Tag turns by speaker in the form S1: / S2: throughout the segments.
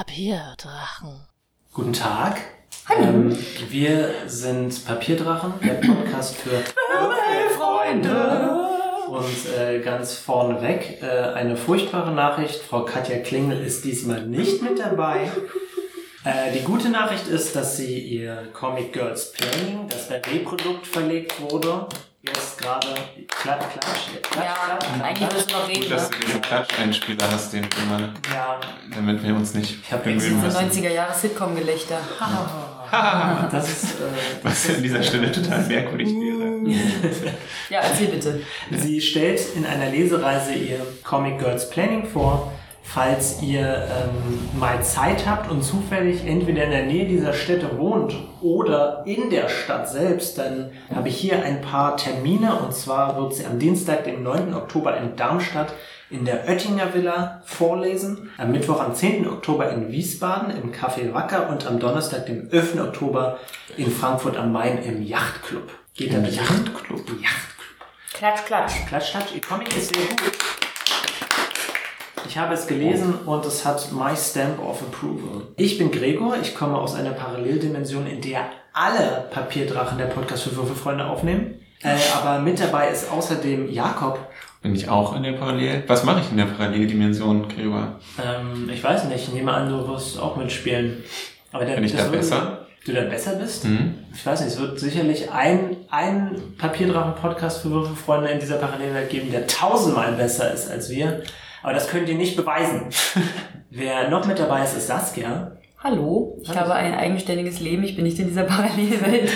S1: Papierdrachen.
S2: Guten Tag.
S3: Hallo.
S2: Ähm, wir sind Papierdrachen, der Podcast für
S3: Freunde!
S2: Und äh, ganz vorneweg äh, eine furchtbare Nachricht. Frau Katja Klingel ist diesmal nicht mit dabei. Äh, die gute Nachricht ist, dass sie ihr Comic Girls Planning, das BW-Produkt, verlegt wurde. Jetzt gerade klatsch, klatsch, klatsch,
S3: Ja,
S2: klatsch,
S3: eigentlich
S2: klatsch.
S3: müssen wir reden,
S4: Gut, dass
S3: ne?
S4: du diesen Klatscheinspieler hast, den du mal,
S2: Ja,
S4: damit wir uns nicht
S2: Ich hab
S4: bemühen
S3: So
S4: müssen.
S3: 90er-Jahre-Sitcom-Gelächter.
S2: das ist... Äh,
S4: Was an dieser Stelle total merkwürdig wäre.
S3: Ja, erzähl bitte.
S2: Sie stellt in einer Lesereise ihr Comic Girls Planning vor. Falls ihr ähm, mal Zeit habt und zufällig entweder in der Nähe dieser Städte wohnt oder in der Stadt selbst, dann habe ich hier ein paar Termine. Und zwar wird sie am Dienstag, dem 9. Oktober in Darmstadt in der Oettinger Villa vorlesen, am Mittwoch am 10. Oktober in Wiesbaden im Café Wacker und am Donnerstag, dem 11. Oktober in Frankfurt am Main im Yachtclub. Geht da bitte hin? Im Yachtclub.
S3: Klatsch, klatsch.
S2: Klatsch, klatsch, ihr Comic ist sehr gut. Ich habe es gelesen und es hat My Stamp of Approval. Ich bin Gregor, ich komme aus einer Paralleldimension, in der alle Papierdrachen der Podcast für Würfelfreunde aufnehmen. Äh, aber mit dabei ist außerdem Jakob.
S4: Bin ich auch in der Parallel? Was mache ich in der Paralleldimension, Gregor?
S2: Ähm, ich weiß nicht, ich nehme an, du wirst auch mitspielen. Aber der,
S4: Bin ich
S2: das
S4: da
S2: würde-
S4: besser?
S2: Du da besser bist?
S4: Hm?
S2: Ich weiß nicht, es wird sicherlich ein, ein Papierdrachen-Podcast für Würfelfreunde in dieser Parallelwelt geben, der tausendmal besser ist als wir. Aber das könnt ihr nicht beweisen. Wer noch mit dabei ist, ist Saskia.
S3: Hallo, ich habe ein eigenständiges Leben, ich bin nicht in dieser Parallelwelt.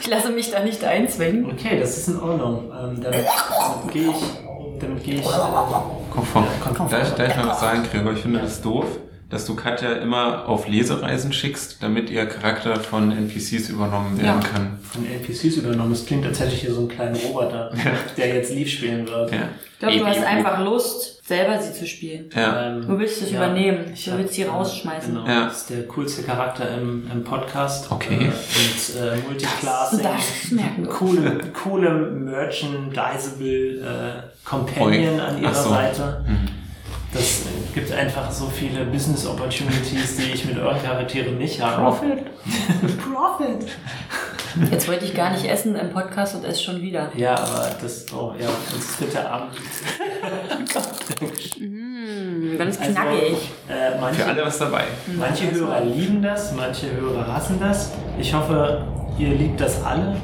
S3: Ich lasse mich da nicht einzwängen.
S2: Okay, das ist in Ordnung. Ähm, damit damit gehe ich. Damit gehe ich. äh,
S4: Konform.
S2: Konform.
S4: Darf ich, darf ich mal was sagen, Gregor? Ich finde das doof, dass du Katja immer auf Lesereisen schickst, damit ihr Charakter von NPCs übernommen werden
S3: Ja.
S4: kann.
S2: Von NPCs übernommen. Es klingt, als hätte ich hier so einen kleinen Roboter, der jetzt lieb spielen wird.
S4: Ja.
S3: Ich glaube, du
S4: Eben.
S3: hast einfach Lust, selber sie zu spielen.
S4: Ja.
S2: Ähm,
S3: Du willst es übernehmen. Du willst sie rausschmeißen.
S2: Genau,
S4: Ja.
S2: das ist der coolste Charakter im, im Podcast. Äh,
S4: Okay.
S2: und äh, Multiclassing.
S3: Das merken wir.
S2: coole, coole merchandisable äh, Companion an ihrer
S4: Ach so.
S2: Seite.
S4: Hm.
S2: Das äh, gibt einfach so viele Business Opportunities, die ich mit euren Charakteren nicht habe.
S4: Profit.
S2: Profit!
S3: Jetzt wollte ich gar nicht essen im Podcast und esse schon wieder.
S2: Ja, aber das, oh ja, das ist dritte Abend.
S3: Mmh, ganz
S2: Also,
S3: knackig.
S2: Äh,
S4: Für
S2: manche,
S4: alle was dabei.
S2: Mhm. manche Hörer lieben das, manche Hörer hassen das. Ich hoffe, ihr liebt das alle.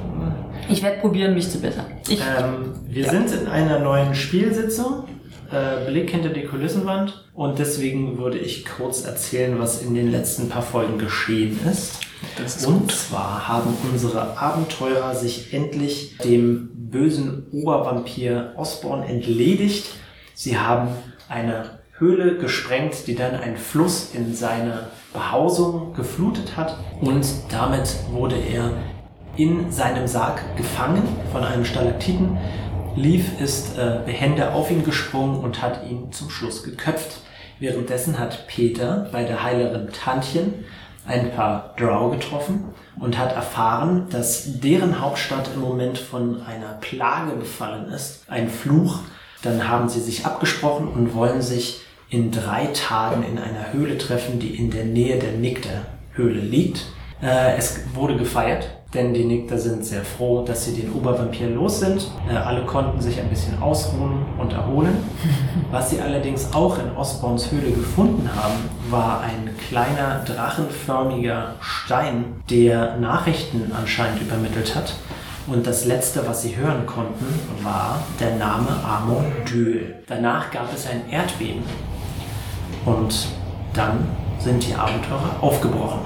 S3: Ich werde probieren, mich zu bessern. Ich,
S2: Ähm, wir sind in einer neuen Spielsitzung. Äh, Blick hinter die Kulissenwand. Und deswegen würde ich kurz erzählen, was in den letzten paar Folgen geschehen ist.
S4: Das ist
S2: Und zwar haben unsere Abenteurer sich endlich dem bösen Obervampir Osborn entledigt. Sie haben eine Höhle gesprengt, die dann ein Fluss in seine Behausung geflutet hat. Und damit wurde er in seinem Sarg gefangen von einem Stalaktiten. Leaf ist äh, behende auf ihn gesprungen und hat ihn zum Schluss geköpft. Währenddessen hat Peter bei der Heilerin Tantchen ein paar Drow getroffen und hat erfahren, dass deren Hauptstadt im Moment von einer Plage befallen ist, ein Fluch. Dann haben sie sich abgesprochen und wollen sich in drei Tagen in einer Höhle treffen, die in der Nähe der Nikta-Höhle liegt. Äh, es wurde gefeiert, denn die Nikter sind sehr froh, dass sie den Obervampir los sind. Äh, alle konnten sich ein bisschen ausruhen und erholen. Was sie allerdings auch in Osborns Höhle gefunden haben, war ein kleiner drachenförmiger Stein, der Nachrichten anscheinend übermittelt hat. Und das letzte, was sie hören konnten, war der Name Amon Dül. Danach gab es ein Erdbeben. Und dann sind die Abenteurer aufgebrochen.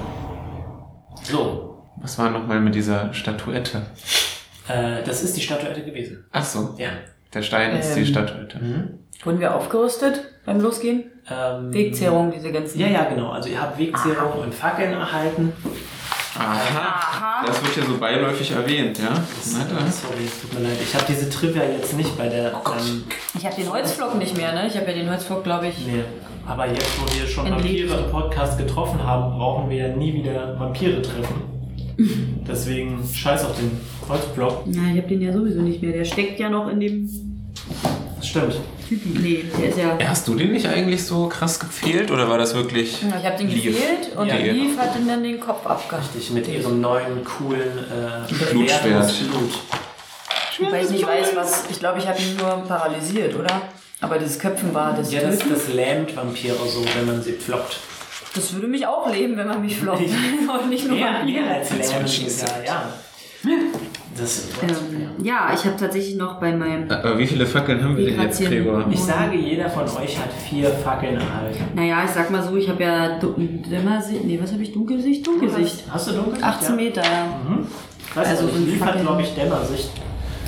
S2: So,
S4: Was war nochmal mit dieser Statuette?
S2: äh, das ist die Statuette gewesen.
S4: Ach so,
S2: Ja.
S4: der Stein ist die
S3: Ähm.
S4: Statuette.
S2: Mhm.
S3: wurden wir aufgerüstet beim Losgehen?
S2: Ähm,
S3: Wegzehrung, diese ganzen.
S2: Ja, ja, genau. Also ihr habt Wegzehrung und Fackeln erhalten.
S4: Aha. Das wird ja so beiläufig erwähnt, ja? Na dann.
S2: Sorry, es tut mir leid. Ich habe diese Trivia jetzt nicht bei der. ähm,
S3: Ich habe den Holzflock nicht mehr, ne? Ich habe ja den Holzflock, glaube ich.
S2: nee. Aber jetzt, wo wir schon
S3: Entlegt.
S2: Vampire im Podcast getroffen haben, brauchen wir ja nie wieder Vampire treffen. Deswegen scheiß auf den Holzblock.
S3: Na, ich habe den ja sowieso nicht mehr. Der steckt ja noch in dem
S2: Stimmt.
S3: Typi, nee, der ist ja.
S4: Hast du den nicht eigentlich so krass gefehlt oder war das wirklich.
S3: Ja, Ich habe den
S4: Lief?
S3: gefehlt und
S4: Ja.
S3: der Lief hat ihm dann den Kopf abgehauen.
S2: Richtig, mit ihrem neuen, coolen äh,
S4: Blutschwert.
S2: Wertungs- Blut.
S3: Wobei ich nicht weiß, was. Ich glaube, ich habe ihn nur paralysiert, oder? Aber dieses Köpfen war das
S2: Ja, das,
S3: Töten.
S2: das lähmt Vampire so, wenn man sie pflockt.
S3: Das würde mich auch leben, wenn man mich flockt. und nicht nur
S2: Ja,
S3: von
S2: ihr
S3: mir.
S2: als lähmen sogar, ja. Das,
S1: Ähm, ja, ich habe tatsächlich noch bei meinem.
S4: Aber Äh, wie viele Fackeln haben wir
S1: Wie
S4: denn jetzt,
S1: grazieren-
S4: Gregor?
S2: ich sage, jeder von euch hat vier Fackeln erhalten.
S1: Naja, ich sag mal so, ich habe ja du- Dämmersicht. Nee, was habe ich? Dunkelsicht? Dunkelsicht.
S2: Hast du dunkel?
S1: 18 Meter, ja.
S2: Weiß
S1: Also
S2: also,
S1: so ein
S2: lief hat,
S1: Fackeln.
S2: glaube ich, Dämmersicht.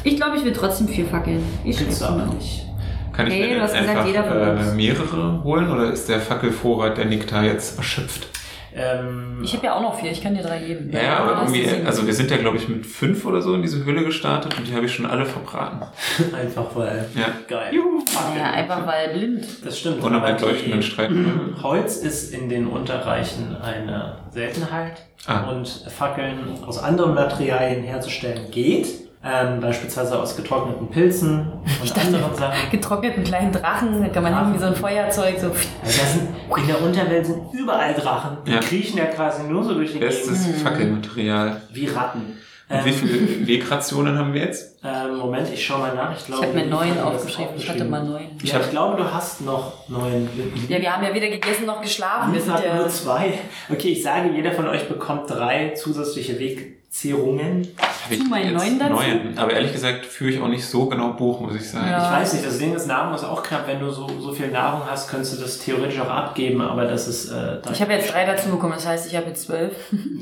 S1: Ich glaube, ich will trotzdem vier Fackeln. Ich
S2: Kriegst du
S1: schätze
S2: aber
S1: mal.
S2: nicht.
S4: Kann ich
S1: Nee,
S4: mir
S1: du
S4: denn
S1: hast gesagt,
S4: einfach
S1: jeder von uns.
S4: äh, mehrere holen oder ist der Fackelvorrat der Nikta jetzt erschöpft?
S2: Ähm,
S3: Ich habe ja auch noch vier, ich kann dir drei geben.
S4: Ja, ja, aber
S3: Dann hast du
S4: irgendwie,
S3: sieben.
S4: also wir sind ja glaube ich mit fünf oder so in diese Höhle gestartet und die habe ich schon alle verbraten.
S2: einfach weil.
S4: Ja.
S2: Geil. Fackeln.
S3: Ja, einfach weil blind.
S2: Das stimmt.
S4: Und
S2: aber
S4: einen
S2: die-
S4: leuchtenden Streiten.
S2: Holz ist in den Unterreichen eine Seltenheit
S4: Ah.
S2: und Fackeln aus anderen Materialien herzustellen geht. Ähm, beispielsweise aus getrockneten Pilzen und anderen Sachen.
S3: Getrockneten kleinen Drachen, da kann man
S2: Drachen.
S3: irgendwie so ein Feuerzeug so.
S2: Also das sind, in der Unterwelt sind überall Drachen. Die
S4: Ja.
S2: kriechen ja quasi nur so durch die Gegend
S4: Bestes Fackelmaterial.
S2: wie Ratten.
S4: Und wie viele Wegrationen haben wir jetzt?
S2: ähm, Moment, ich schau mal nach. Ich,
S3: Ich
S2: glaube,
S3: habe mir
S2: die
S3: neun
S2: Fackel ist
S3: aufgeschrieben, ich hatte mal neun.
S2: Ja, ich glaube, du hast noch neun.
S3: Ja, wir haben ja weder gegessen noch geschlafen. Wir
S2: Wir
S3: sind
S2: hatten
S3: ja.
S2: nur zwei. Okay, ich sage, jeder von euch bekommt drei zusätzliche Wegzehrungen.
S4: Habe ich
S3: Tu mal
S4: jetzt
S3: neun dazu?
S4: neun. Aber ehrlich gesagt führe ich auch nicht so genau Buch, muss ich sagen.
S3: Ja.
S2: Ich weiß nicht, das Ding ist, Nahrung ist auch knapp. Wenn du so, so viel Nahrung hast, könntest du das theoretisch auch abgeben, aber das ist. Äh, dann-
S3: Ich habe jetzt drei dazu bekommen, das heißt, ich habe jetzt zwölf.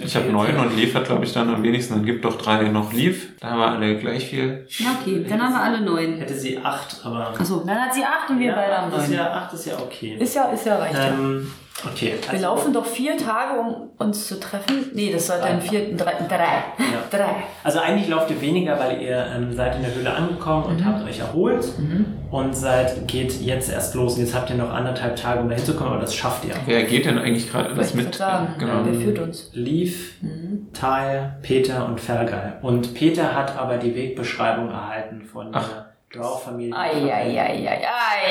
S4: Ich habe neun und Leaf hat, glaube ich, dann am wenigsten. Dann gibt doch drei noch Leaf. Da haben wir alle gleich viel.
S1: Ja, okay. Dann haben wir alle neun.
S2: Hätte sie acht, aber.
S1: Achso.
S3: Dann hat sie acht und wir
S2: Ja,
S3: beide haben
S2: acht ist
S3: neun.
S2: ja, acht ist ja okay.
S3: Ist ja, ist ja reichlich.
S2: ähm, okay.
S3: wir laufen doch vier Tage, um uns zu treffen. Nee, das sollte ein vierten, drei. Drei.
S2: Ja.
S3: drei.
S2: Also eigentlich lauft ihr weniger, weil ihr ähm, seid in der Höhle angekommen
S3: Mhm.
S2: und habt euch erholt und seid, geht jetzt erst los. Und jetzt habt ihr noch anderthalb Tage, um da hinzukommen, aber das schafft ihr.
S4: Wer geht denn eigentlich gerade alles
S3: Wollte ich
S4: mit?
S3: gerade sagen.
S4: Genau.
S3: Wer führt uns? Mhm.
S2: Leaf, Tal, Ähm, Peter und Fergal. Und Peter hat aber die Wegbeschreibung erhalten von
S4: Ach.
S2: der Drow-Familie.
S3: Eieieiei,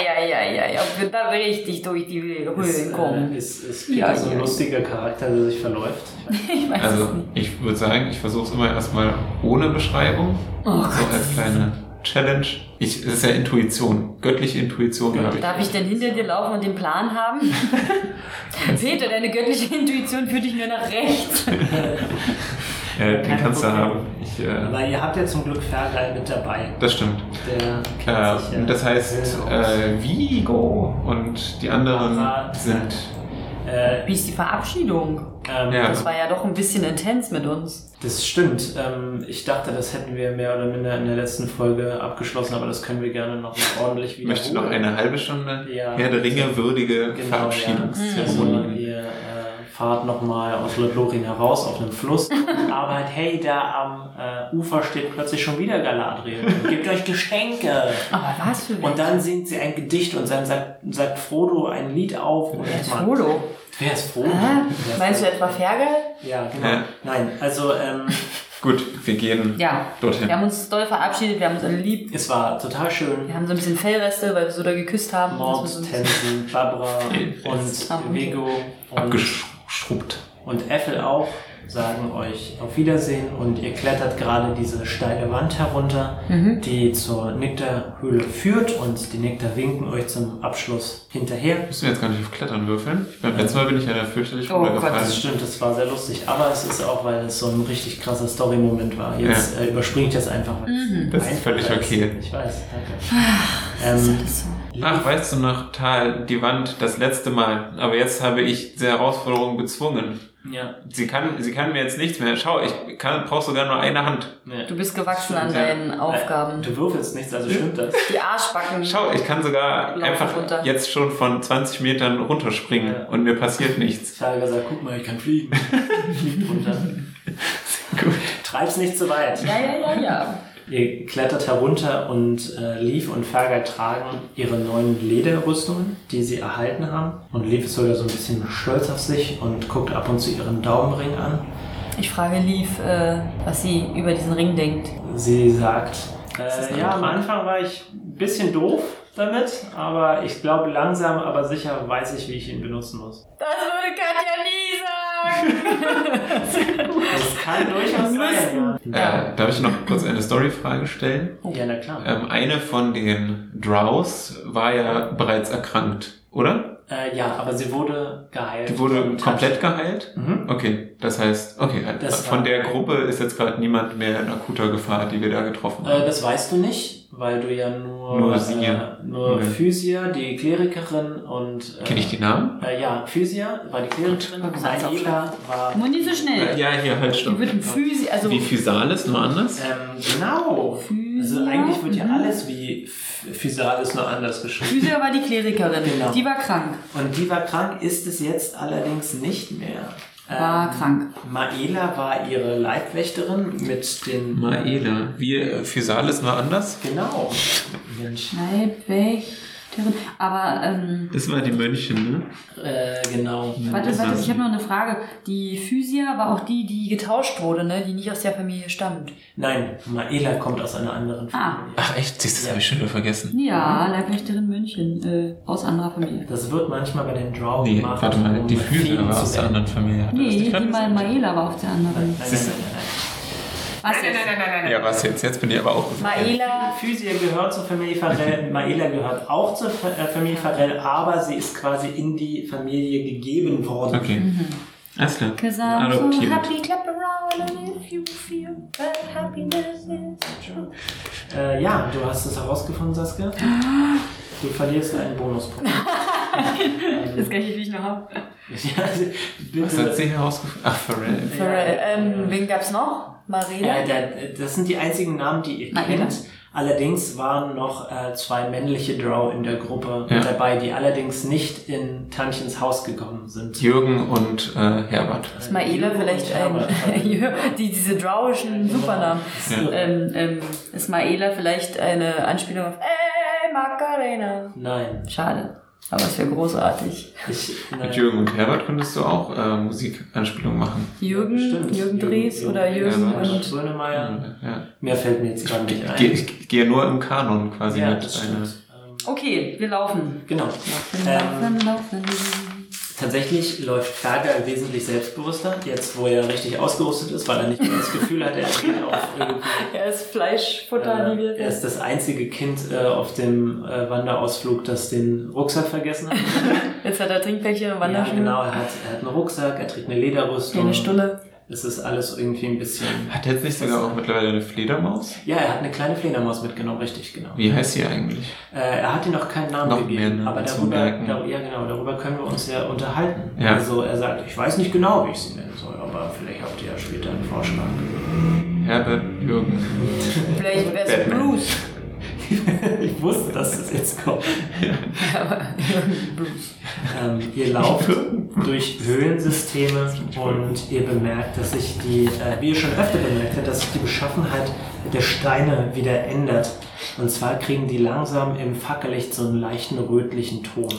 S3: eieieiei, ob wir da richtig durch die
S2: Ist,
S3: Höhlen
S2: äh,
S3: kommen.
S2: ist, ist Peter
S3: Ja,
S2: so ein
S3: ja.
S2: lustiger Charakter, der sich verläuft.
S3: Ich weiß es
S4: Also
S3: nicht.
S4: ich würde sagen, ich versuche es immer erstmal ohne Beschreibung.
S3: Oh
S4: so als kleine Challenge. Ich, es ist ja Intuition. Göttliche Intuition habe ich.
S3: Darf ich denn hinter dir laufen und den Plan haben? Peter, deine göttliche Intuition führt dich nur nach rechts.
S4: Äh, den
S2: Kein
S4: kannst du
S2: Problem.
S4: haben. Ich, äh,
S2: Aber ihr habt ja zum Glück Fergal mit dabei.
S4: das stimmt.
S2: Der kennt sich,
S4: Äh,
S2: äh,
S4: das heißt,
S2: sehr aus.
S4: äh, Vigo und die anderen
S2: Aha.
S4: sind.
S2: Äh,
S3: Wie ist die Verabschiedung?
S2: ähm,
S4: Ja.
S3: Das war ja doch ein bisschen intens mit uns.
S2: Das stimmt. Ähm, ich dachte, das hätten wir mehr oder minder in der letzten Folge abgeschlossen, aber das können wir gerne noch mal ordentlich
S4: Ich
S2: wiederholen.
S4: möchte noch eine halbe Stunde
S2: Ja.
S4: Herr der Ringe würdige
S2: Genau, ja. Also,
S4: Verabschiedungszeremonie.
S2: ihr äh, fahrt nochmal aus Lothlorien heraus auf einem Fluss. Aber halt, hey, da am äh, Ufer steht plötzlich schon wieder Galadriel. und Gebt euch Geschenke.
S3: Aber was für
S2: Und dann singt sie ein Gedicht und dann sagt, sagt Frodo ein Lied auf. Und
S3: Wer ist
S2: man-
S3: Frodo?
S2: Wer ist Frodo?
S3: Ah,
S2: Wer ist
S3: meinst du
S2: Frodo?
S3: etwa Fergal?
S2: Ja, genau.
S4: Ja.
S2: Nein, also ähm,
S4: Gut, wir gehen
S3: Ja.
S4: dorthin.
S3: Wir haben uns doll verabschiedet, wir haben uns alle lieb.
S2: es war total schön.
S3: Wir haben so ein bisschen Fellreste, weil wir so da geküsst haben.
S2: Mord,
S3: Das war so ein bisschen-
S2: Tenzin, Barbara und
S3: Haben wir.
S2: Vigo und
S4: Abgeschrubbt.
S2: und Äffel auch sagen euch auf Wiedersehen und ihr klettert gerade diese steile Wand herunter,
S3: Mhm.
S2: die zur Nektarhöhle führt und die Nektar winken euch zum Abschluss hinterher.
S4: Müssen wir jetzt gar nicht auf Klettern würfeln? Beim letzten Mal bin ich ja da fürchterlich
S3: Oh Gott,
S2: Das
S4: runtergefallen.
S2: stimmt, das war sehr lustig, aber es ist auch, weil es so ein richtig krasser Story-Moment war. Jetzt äh, überspringe ich das einfach. weil es
S3: Mhm.
S4: Das ist völlig
S2: einfacher
S4: okay.
S2: Ich weiß, danke.
S3: Ah,
S2: Ähm,
S4: Ach, weißt du noch, Tal, die Wand, das letzte Mal. Aber jetzt habe ich diese Herausforderung bezwungen.
S2: ja,
S4: Sie kann, sie kann mir jetzt nichts mehr. Schau, ich kann, brauch sogar nur eine Hand.
S2: nee.
S3: Du bist gewachsen an
S4: Ja. Äh,
S3: deinen Aufgaben.
S2: ne.
S3: Hm?
S2: Du würfelst nichts, also stimmt das.
S3: Die Arschbacken.
S4: Schau, ich kann sogar
S3: Lauf
S4: einfach
S3: runter.
S4: jetzt schon von 20 Metern runterspringen
S2: Ja.
S4: und mir passiert nichts.
S2: Tiger sagt, guck mal, ich kann fliegen. Fliegt runter.
S4: Gut.
S2: Treib's nicht zu weit.
S3: Ja, ja, ja, ja.
S2: Ihr klettert herunter und äh, Leaf und Fergal tragen ihre neuen Lederrüstungen, die sie erhalten haben. Und Leaf ist sogar so ein bisschen stolz auf sich und guckt ab und zu ihren Daumenring an.
S3: Ich frage Liv, äh, was sie über diesen Ring denkt.
S2: Sie sagt,
S4: ist
S2: äh,
S4: ein
S2: ja, am
S4: Antrag.
S2: Anfang war ich ein bisschen doof, damit, aber ich glaube langsam, aber sicher weiß ich, wie ich ihn benutzen muss.
S3: Das würde Katja nie sagen.
S2: Das kann durchaus sein. Ja,
S4: Äh, darf ich noch kurz eine Story-Frage stellen?
S2: ja na klar.
S4: Ähm, eine von den Drows war ja bereits erkrankt, oder?
S2: Äh, ja, aber sie wurde geheilt.
S4: Die wurde
S2: Und
S4: komplett geheilt?
S2: hat- Mhm.
S4: Okay, das heißt, okay, halt,
S2: Das
S4: von
S2: war-
S4: der Gruppe ist jetzt gerade niemand mehr in akuter Gefahr, die wir da getroffen
S2: Äh,
S4: haben.
S2: das weißt du nicht, weil du ja nur,
S4: Nur sie.
S2: Äh, nur
S4: Okay.
S2: Physia, die Klerikerin und. Äh,
S4: Kenne ich die Namen?
S2: Äh, ja, Physia war die Klerikerin,
S3: Gut, sag's auch
S2: Naila war.
S1: Mund nicht so
S2: Äh,
S1: schnell.
S4: Ja, hier, halt,
S3: Die wird ein Physi, also
S4: Wie Physalis, nur anders?
S2: Ähm, genau.
S1: Physia?
S2: Also eigentlich wird ja
S1: Mhm.
S2: alles wie Ph- Physalis nur anders geschrieben.
S1: Physia war die Klerikerin.
S2: Genau.
S1: Die war krank.
S2: Und die war krank, ist es jetzt allerdings nicht mehr. Ähm,
S1: War krank.
S2: Maela war ihre Leibwächterin mit den.
S4: Maela. Wie äh, Physalis, nur anders?
S2: Genau. Mensch.
S1: Leibwächterin. Aber, ähm,
S4: Das war die Mönchen, ne?
S2: Äh, genau.
S1: warte, warte, ich habe noch eine Frage. Die Physia war auch die, die getauscht wurde, ne? Die nicht aus der Familie stammt.
S2: Nein, Maela kommt aus einer anderen
S1: Ah.
S2: Familie.
S4: Ach echt, siehst du, das habe ich schon wieder vergessen.
S1: Ja, Leibwächterin München. Äh, aus anderer Familie.
S2: Das wird manchmal bei den Drow
S4: Nee,
S2: gemacht.
S4: warte mal, die Füße
S2: Fäden
S4: war
S2: zu
S4: aus der
S2: wenden.
S4: anderen Familie. Hat er das
S1: Nee,
S4: nicht
S1: die
S4: gerade
S1: mal
S4: gesagt?
S1: Maela war auf der anderen.
S2: Nein, nein,
S4: Siehst du?
S2: nein, nein,
S1: Was
S3: Nein,
S1: jetzt?
S3: nein, nein, nein, nein, nein.
S4: Ja, was jetzt? Jetzt bin ich aber auch.
S3: Maela,
S2: nein. Physia gehört zur Familie Farrell, Maela gehört auch zur Fa- äh, Familie Farrell, aber sie ist quasi in die Familie gegeben worden.
S4: Okay. Alles klar.
S1: Cause I'm so
S4: Adoptiert.
S1: happy, clap around and if you feel that happiness is true.
S2: Äh, ja, du hast es herausgefunden, Saskia. Du verlierst einen Bonuspunkt.
S3: das kann ich nicht noch haben.
S2: ja, also,
S4: Was hat
S2: bitte.
S4: sie herausgefunden? Ach, Pharrell.
S3: Pharrell, ähm, wen gab's noch? Marela?
S2: Äh, der, das sind die einzigen Namen, die ihr
S1: Maela.
S2: kennt. Allerdings waren noch äh, zwei männliche Drow in der Gruppe
S4: Ja.
S2: dabei, die allerdings nicht in Tantchens Haus gekommen sind.
S4: Jürgen und äh, Herbert.
S3: Ist Maela vielleicht ein, die, diese drauischen Supernamen.
S4: Ja.
S3: Ähm, ähm, ist Maela vielleicht eine Anspielung auf
S1: äh,
S3: Ey, Macarena?
S2: Nein.
S3: Schade, aber es wäre großartig.
S2: Ich,
S4: Mit
S2: nein.
S4: Jürgen und Herbert könntest du auch äh, Musikanspielungen machen.
S3: Jürgen,
S2: Stimmt.
S3: Jürgen Dries oder Jürgen
S4: Ja,
S2: Herbert,
S3: und
S2: Grönemeyer.
S4: Ja.
S2: Mehr fällt mir jetzt gerade nicht
S4: Mhm. Ich
S2: ein.
S4: gehe ich gehe nur im Kanon quasi
S2: ja,
S4: mit.
S2: das
S4: einer-
S2: stimmt. Ähm,
S3: Okay, wir laufen.
S2: Genau. Ähm,
S1: Laufen, laufen.
S2: tatsächlich läuft Ferger wesentlich selbstbewusster, jetzt wo er richtig ausgerüstet ist, weil er nicht mehr das Gefühl hat, er steht auf irgendwie
S3: Er ist Fleischfutter, die
S2: Äh,
S3: wir
S2: er ist das einzige Kind äh, auf dem äh, Wanderausflug, das den Rucksack vergessen hat.
S3: Jetzt hat er Trinkpäckchen und
S2: ja,
S3: Wanderschuhe.
S2: genau, er hat, er hat einen Rucksack, er trägt eine Lederrüstung.
S3: Eine Stulle.
S2: Es ist alles irgendwie ein bisschen.
S4: Hat er jetzt nicht sogar auch mittlerweile eine Fledermaus?
S2: Ja, er hat eine kleine Fledermaus mitgenommen, richtig, genau.
S4: Wie heißt sie eigentlich?
S2: Äh, er hat ihr noch keinen Namen
S4: Noch mehr
S2: gegeben,
S4: Namen
S2: aber
S4: zu
S2: darüber,
S4: merken.
S2: dar ja, genau, darüber können wir uns ja unterhalten.
S4: Ja.
S2: Also er sagt, ich weiß nicht genau, wie ich sie nennen soll, aber vielleicht habt ihr ja später einen Vorschlag.
S4: Herbert, Jürgen.
S3: Vielleicht wäre es
S4: Batman.
S3: Bruce.
S2: ich wusste, dass das jetzt kommt. ähm, ihr lauft durch Höhlensysteme und ihr bemerkt, dass sich die, äh, wie ihr schon öfter bemerkt habt, dass sich die Beschaffenheit der Steine wieder ändert. Und zwar kriegen die langsam im Fackellicht so einen leichten rötlichen Ton.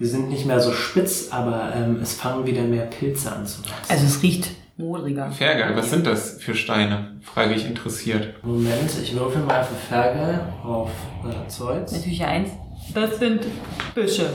S2: Sie sind nicht mehr so spitz, aber ähm, es fangen wieder mehr Pilze an zu wachsen.
S3: Also es riecht modriger.
S4: Fergal, was sind das für Steine? Frage ich interessiert.
S2: Moment, ich würfel mal für Fergal auf äh, Zeus.
S3: Natürlich eins. Das sind Büsche.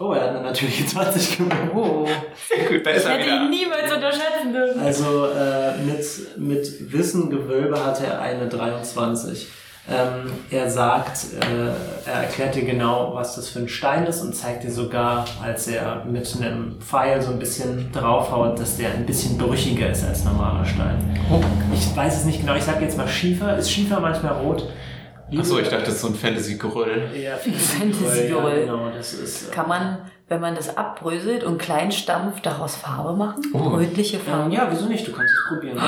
S2: Oh, er hat eine natürliche 20 gemacht.
S3: Oh.
S4: Gut, da ist
S3: Ich hätte ihn niemals unterschätzen dürfen.
S2: Also äh, mit, mit Wissengewölbe hat er eine 23. Ähm, er sagt, äh, er erklärt dir genau, was das für ein Stein ist und zeigt dir sogar, als er mit einem Pfeil so ein bisschen draufhaut, dass der ein bisschen brüchiger ist als normaler Stein.
S4: Oh.
S2: Ich weiß es nicht genau, ich sage jetzt mal Schiefer. Ist Schiefer manchmal rot?
S4: Achso, ich dachte, das ist so ein Fantasy-Geröll.
S2: Ja,
S3: Fantasy-Geröll.
S2: Ja, genau, das ist. äh,
S3: Kann man, wenn man das abbröselt und klein stampft, daraus Farbe machen?
S4: Oh.
S3: Rötliche
S2: Ähm,
S3: Farbe.
S2: ja, wieso nicht? Du kannst es probieren.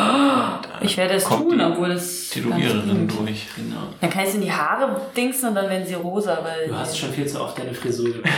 S3: Ich werde es
S4: Kommt
S3: tun,
S4: die
S3: obwohl es.
S4: Tätowiererin durch. Genau.
S3: Dann kann ich es in die Haare dingsen und dann werden sie rosa, weil.
S2: Du hast schon viel zu oft deine Frisur gewechselt.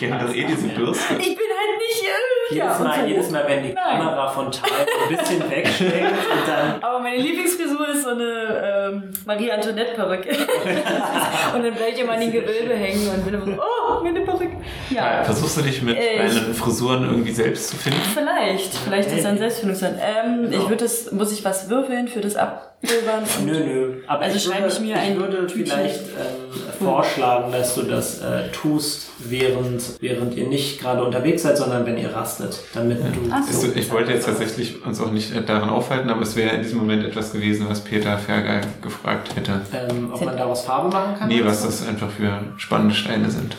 S4: Die haben doch eh diese Bürste.
S3: Ich bin halt nicht. Äh,
S2: Jedes,
S3: und
S2: Mal,
S3: so.
S2: jedes Mal, wenn die
S3: Nein.
S2: Kamera von Teil ein bisschen wegschlägt und dann.
S3: Aber meine Lieblingsfrisur ist so eine ähm, Marie-Antoinette-Perücke. und dann bleibe ich immer an den Gewölbe hängen und bin immer so, oh, meine Perücke. Ja,
S4: Ja, versuchst du dich mit
S3: Äh,
S4: deinen Frisuren irgendwie selbst zu finden?
S3: Vielleicht, vielleicht ist ein Selbstfindungsland. Ähm, Ich würde das, muss ich was würfeln für das Abwürfeln?
S2: Nö, nö. Aber
S3: Also
S2: ich
S3: schreibe
S2: würde,
S3: ich mir ein
S2: Ich würde
S3: Tütchen.
S2: vielleicht ähm, vorschlagen, dass du das äh, tust, während, während ihr nicht gerade unterwegs seid, sondern wenn ihr rastet, damit du.
S4: Ist, ich wollte jetzt tatsächlich uns auch nicht äh, daran aufhalten, aber es wäre in diesem Moment etwas gewesen, was Peter Fergal gefragt hätte.
S2: Ähm, ob man daraus Farbe machen kann?
S4: Nee, was das einfach für spannende Steine sind.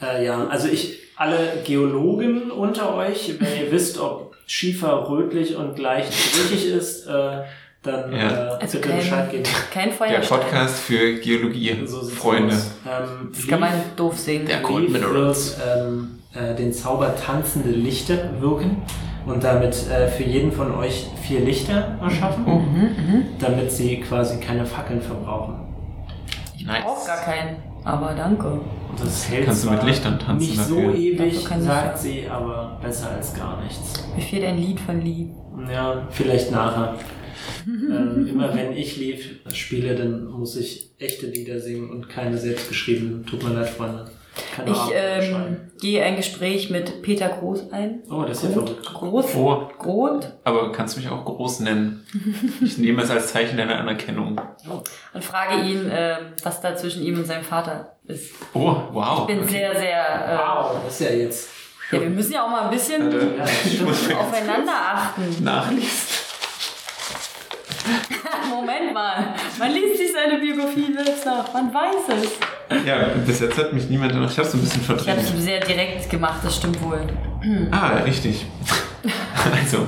S2: Äh, ja, also ich, alle Geologen unter euch, wenn ihr wisst, ob Schiefer rötlich und leicht brüchig ist, äh, dann
S4: Ja.
S2: äh,
S3: Also
S2: bitte
S3: kein-
S2: Bescheid geben.
S3: Kein
S4: Der
S3: Feuer.
S4: Podcast für Geologie,
S2: So sieht's
S4: Freunde.
S2: aus. Ähm,
S3: Das kann man doof sehen.
S4: Der Cold
S2: Leaf
S4: Minerals.
S2: wird ähm, äh, den Zauber tanzende Lichter wirken und damit äh, für jeden von euch vier Lichter erschaffen,
S3: Mhm,
S2: damit sie quasi keine Fackeln verbrauchen.
S3: Ich brauche gar keinen, aber danke.
S2: Und das hält
S4: Kannst du mit
S2: zwar
S4: Lichtern tanzen
S2: Nicht so
S4: dafür?
S2: ewig,
S3: Dafür kann ich-
S2: sagt sie, aber besser als gar nichts.
S3: Mir fehlt ein Lied von Lee.
S2: Ja, vielleicht nachher. ähm, immer wenn ich Leaf spiele, dann muss ich echte Lieder singen und keine selbstgeschriebenen. Tut mir leid, Freunde. Keine
S3: Ich
S2: Ahnung,
S3: ähm, gehe ein Gespräch mit Peter Groß ein.
S2: Oh, das ist ja
S3: Groth?
S2: verrückt.
S3: Groß?
S4: Oh,
S3: Groß?
S4: aber kannst du mich auch groß nennen? Ich nehme es als Zeichen deiner Anerkennung.
S3: Und frage ihn, ähm, was da zwischen ihm und seinem Vater ist.
S4: Oh, wow.
S3: Ich bin sehr, sehr.
S2: Wow, das ist ja jetzt.
S3: Äh, ja, wir müssen ja auch mal ein bisschen
S2: Ja, das
S4: Ich muss mir
S3: aufeinander achten.
S4: nachlesen.
S3: Moment mal, man liest sich seine Biografie selbst nach, man weiß es.
S4: Ja, bis jetzt hat mich niemand danach. Ich hab's ein bisschen
S3: Ich habe
S4: verdrängt.
S3: es sehr direkt gemacht, das stimmt wohl.
S4: Ah, richtig. Also,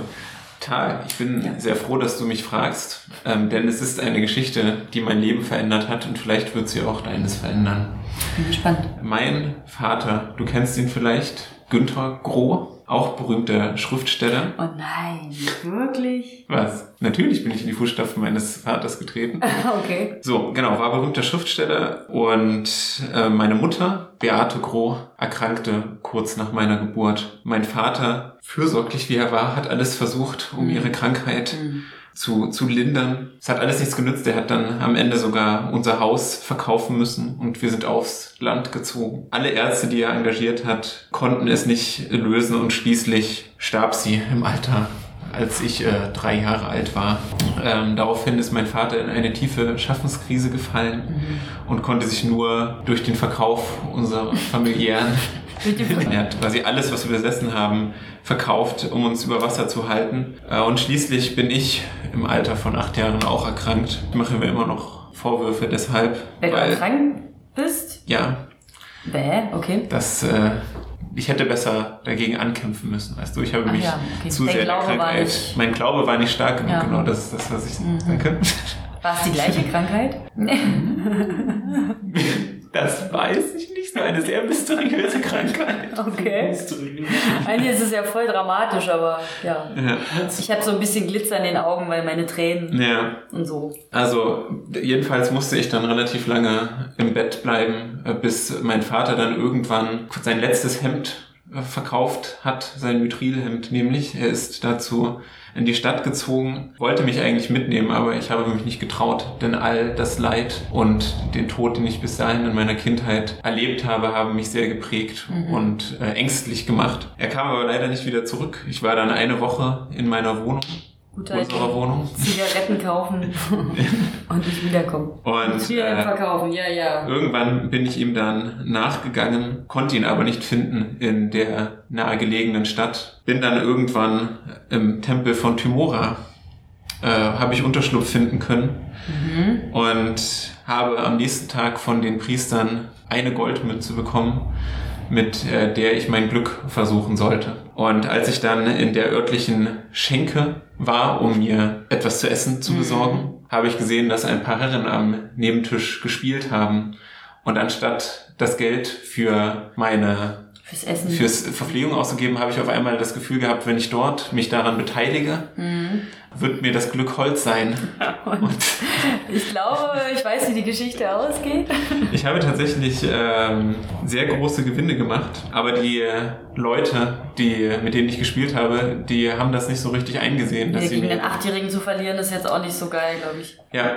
S4: Tal, ich bin sehr froh, dass du mich fragst, ähm, denn es ist eine Geschichte, die mein Leben verändert hat und vielleicht wird sie auch deines verändern.
S3: Bin gespannt.
S4: Mein Vater, du kennst ihn vielleicht, Günther Groh, auch berühmter Schriftsteller.
S3: Oh nein, wirklich?
S4: Was? Natürlich bin ich in die Fußstapfen meines Vaters getreten.
S3: Okay.
S4: So, genau, war berühmter Schriftsteller und äh, meine Mutter, Beate Groh, erkrankte kurz nach meiner Geburt. Mein Vater, fürsorglich wie er war, hat alles versucht, um ihre Krankheit
S1: Mhm.
S4: zu, zu lindern. Es hat alles nichts genützt. Er hat dann am Ende sogar unser Haus verkaufen müssen und wir sind aufs Land gezogen. Alle Ärzte, die er engagiert hat, konnten es nicht lösen und schließlich starb sie im Alter als ich äh, drei Jahre alt war. Ähm, daraufhin ist mein Vater in eine tiefe Schaffenskrise gefallen und konnte sich nur durch den Verkauf unserer familiären
S3: Mit dem
S4: er hat quasi alles, was wir besessen haben, verkauft, um uns über Wasser zu halten. Äh, Und schließlich bin ich im Alter von acht Jahren auch erkrankt. Ich mache mir immer noch Vorwürfe deshalb.
S3: Wenn du krank bist?
S4: Ja,
S3: Bäh, okay.
S4: das, äh, ich hätte besser dagegen ankämpfen müssen, weißt du. Ich habe
S3: Ach
S4: mich
S3: ja, okay.
S4: zu
S3: Dein
S4: sehr der
S3: Glaube war
S4: Krankheit.
S3: nicht-
S4: Mein Glaube war nicht stark genug,
S3: Ja. Mhm.
S4: genau das ist das, was ich denke.
S3: War es die gleiche Krankheit? Nee.
S4: Das weiß ich nicht, nur eine sehr mysteriöse Krankheit.
S3: Okay. Eigentlich ist es ja voll dramatisch, aber ja.
S4: Ja.
S3: Ich habe so ein bisschen Glitzer in den Augen, weil meine Tränen
S4: ja.
S3: und so.
S4: Also jedenfalls musste ich dann relativ lange im Bett bleiben, äh, bis mein Vater dann irgendwann sein letztes Hemd äh, verkauft hat, sein Mithrilhemd nämlich. Er ist dazu in die Stadt gezogen, wollte mich eigentlich mitnehmen, aber ich habe mich nicht getraut, denn all das Leid und den Tod, den ich bis dahin in meiner Kindheit erlebt habe, haben mich sehr geprägt und äh, ängstlich gemacht. Er kam aber leider nicht wieder zurück. Ich war dann eine Woche in meiner Wohnung,
S3: Guter
S4: unserer Wohnung.
S3: Zigaretten kaufen und nicht wiederkommen.
S4: Und
S3: Zigaretten
S4: äh,
S3: verkaufen, ja, ja.
S4: Irgendwann bin ich ihm dann nachgegangen, konnte ihn aber nicht finden in der nahegelegenen Stadt. Bin dann irgendwann im Tempel von Tymora, äh, habe ich Unterschlupf finden können und habe am nächsten Tag von den Priestern eine Goldmünze bekommen, mit äh, der ich mein Glück versuchen sollte. Und als ich dann in der örtlichen Schenke war, um mir etwas zu essen zu besorgen, habe ich gesehen, dass ein paar Herren am Nebentisch gespielt haben. Und anstatt das Geld für meine
S3: Fürs Essen.
S4: fürs Verpflegung auszugeben, habe ich auf einmal das Gefühl gehabt, wenn ich dort mich daran beteilige, wird mir das Glück Holz sein.
S3: Und ich glaube, ich weiß, wie die Geschichte ausgeht.
S4: Ich habe tatsächlich ähm, sehr große Gewinne gemacht, aber die Leute, die, mit denen ich gespielt habe, die haben das nicht so richtig eingesehen.
S3: Dass gegen einen Achtjährigen zu verlieren, ist jetzt auch nicht so geil, glaube ich.
S4: Ja,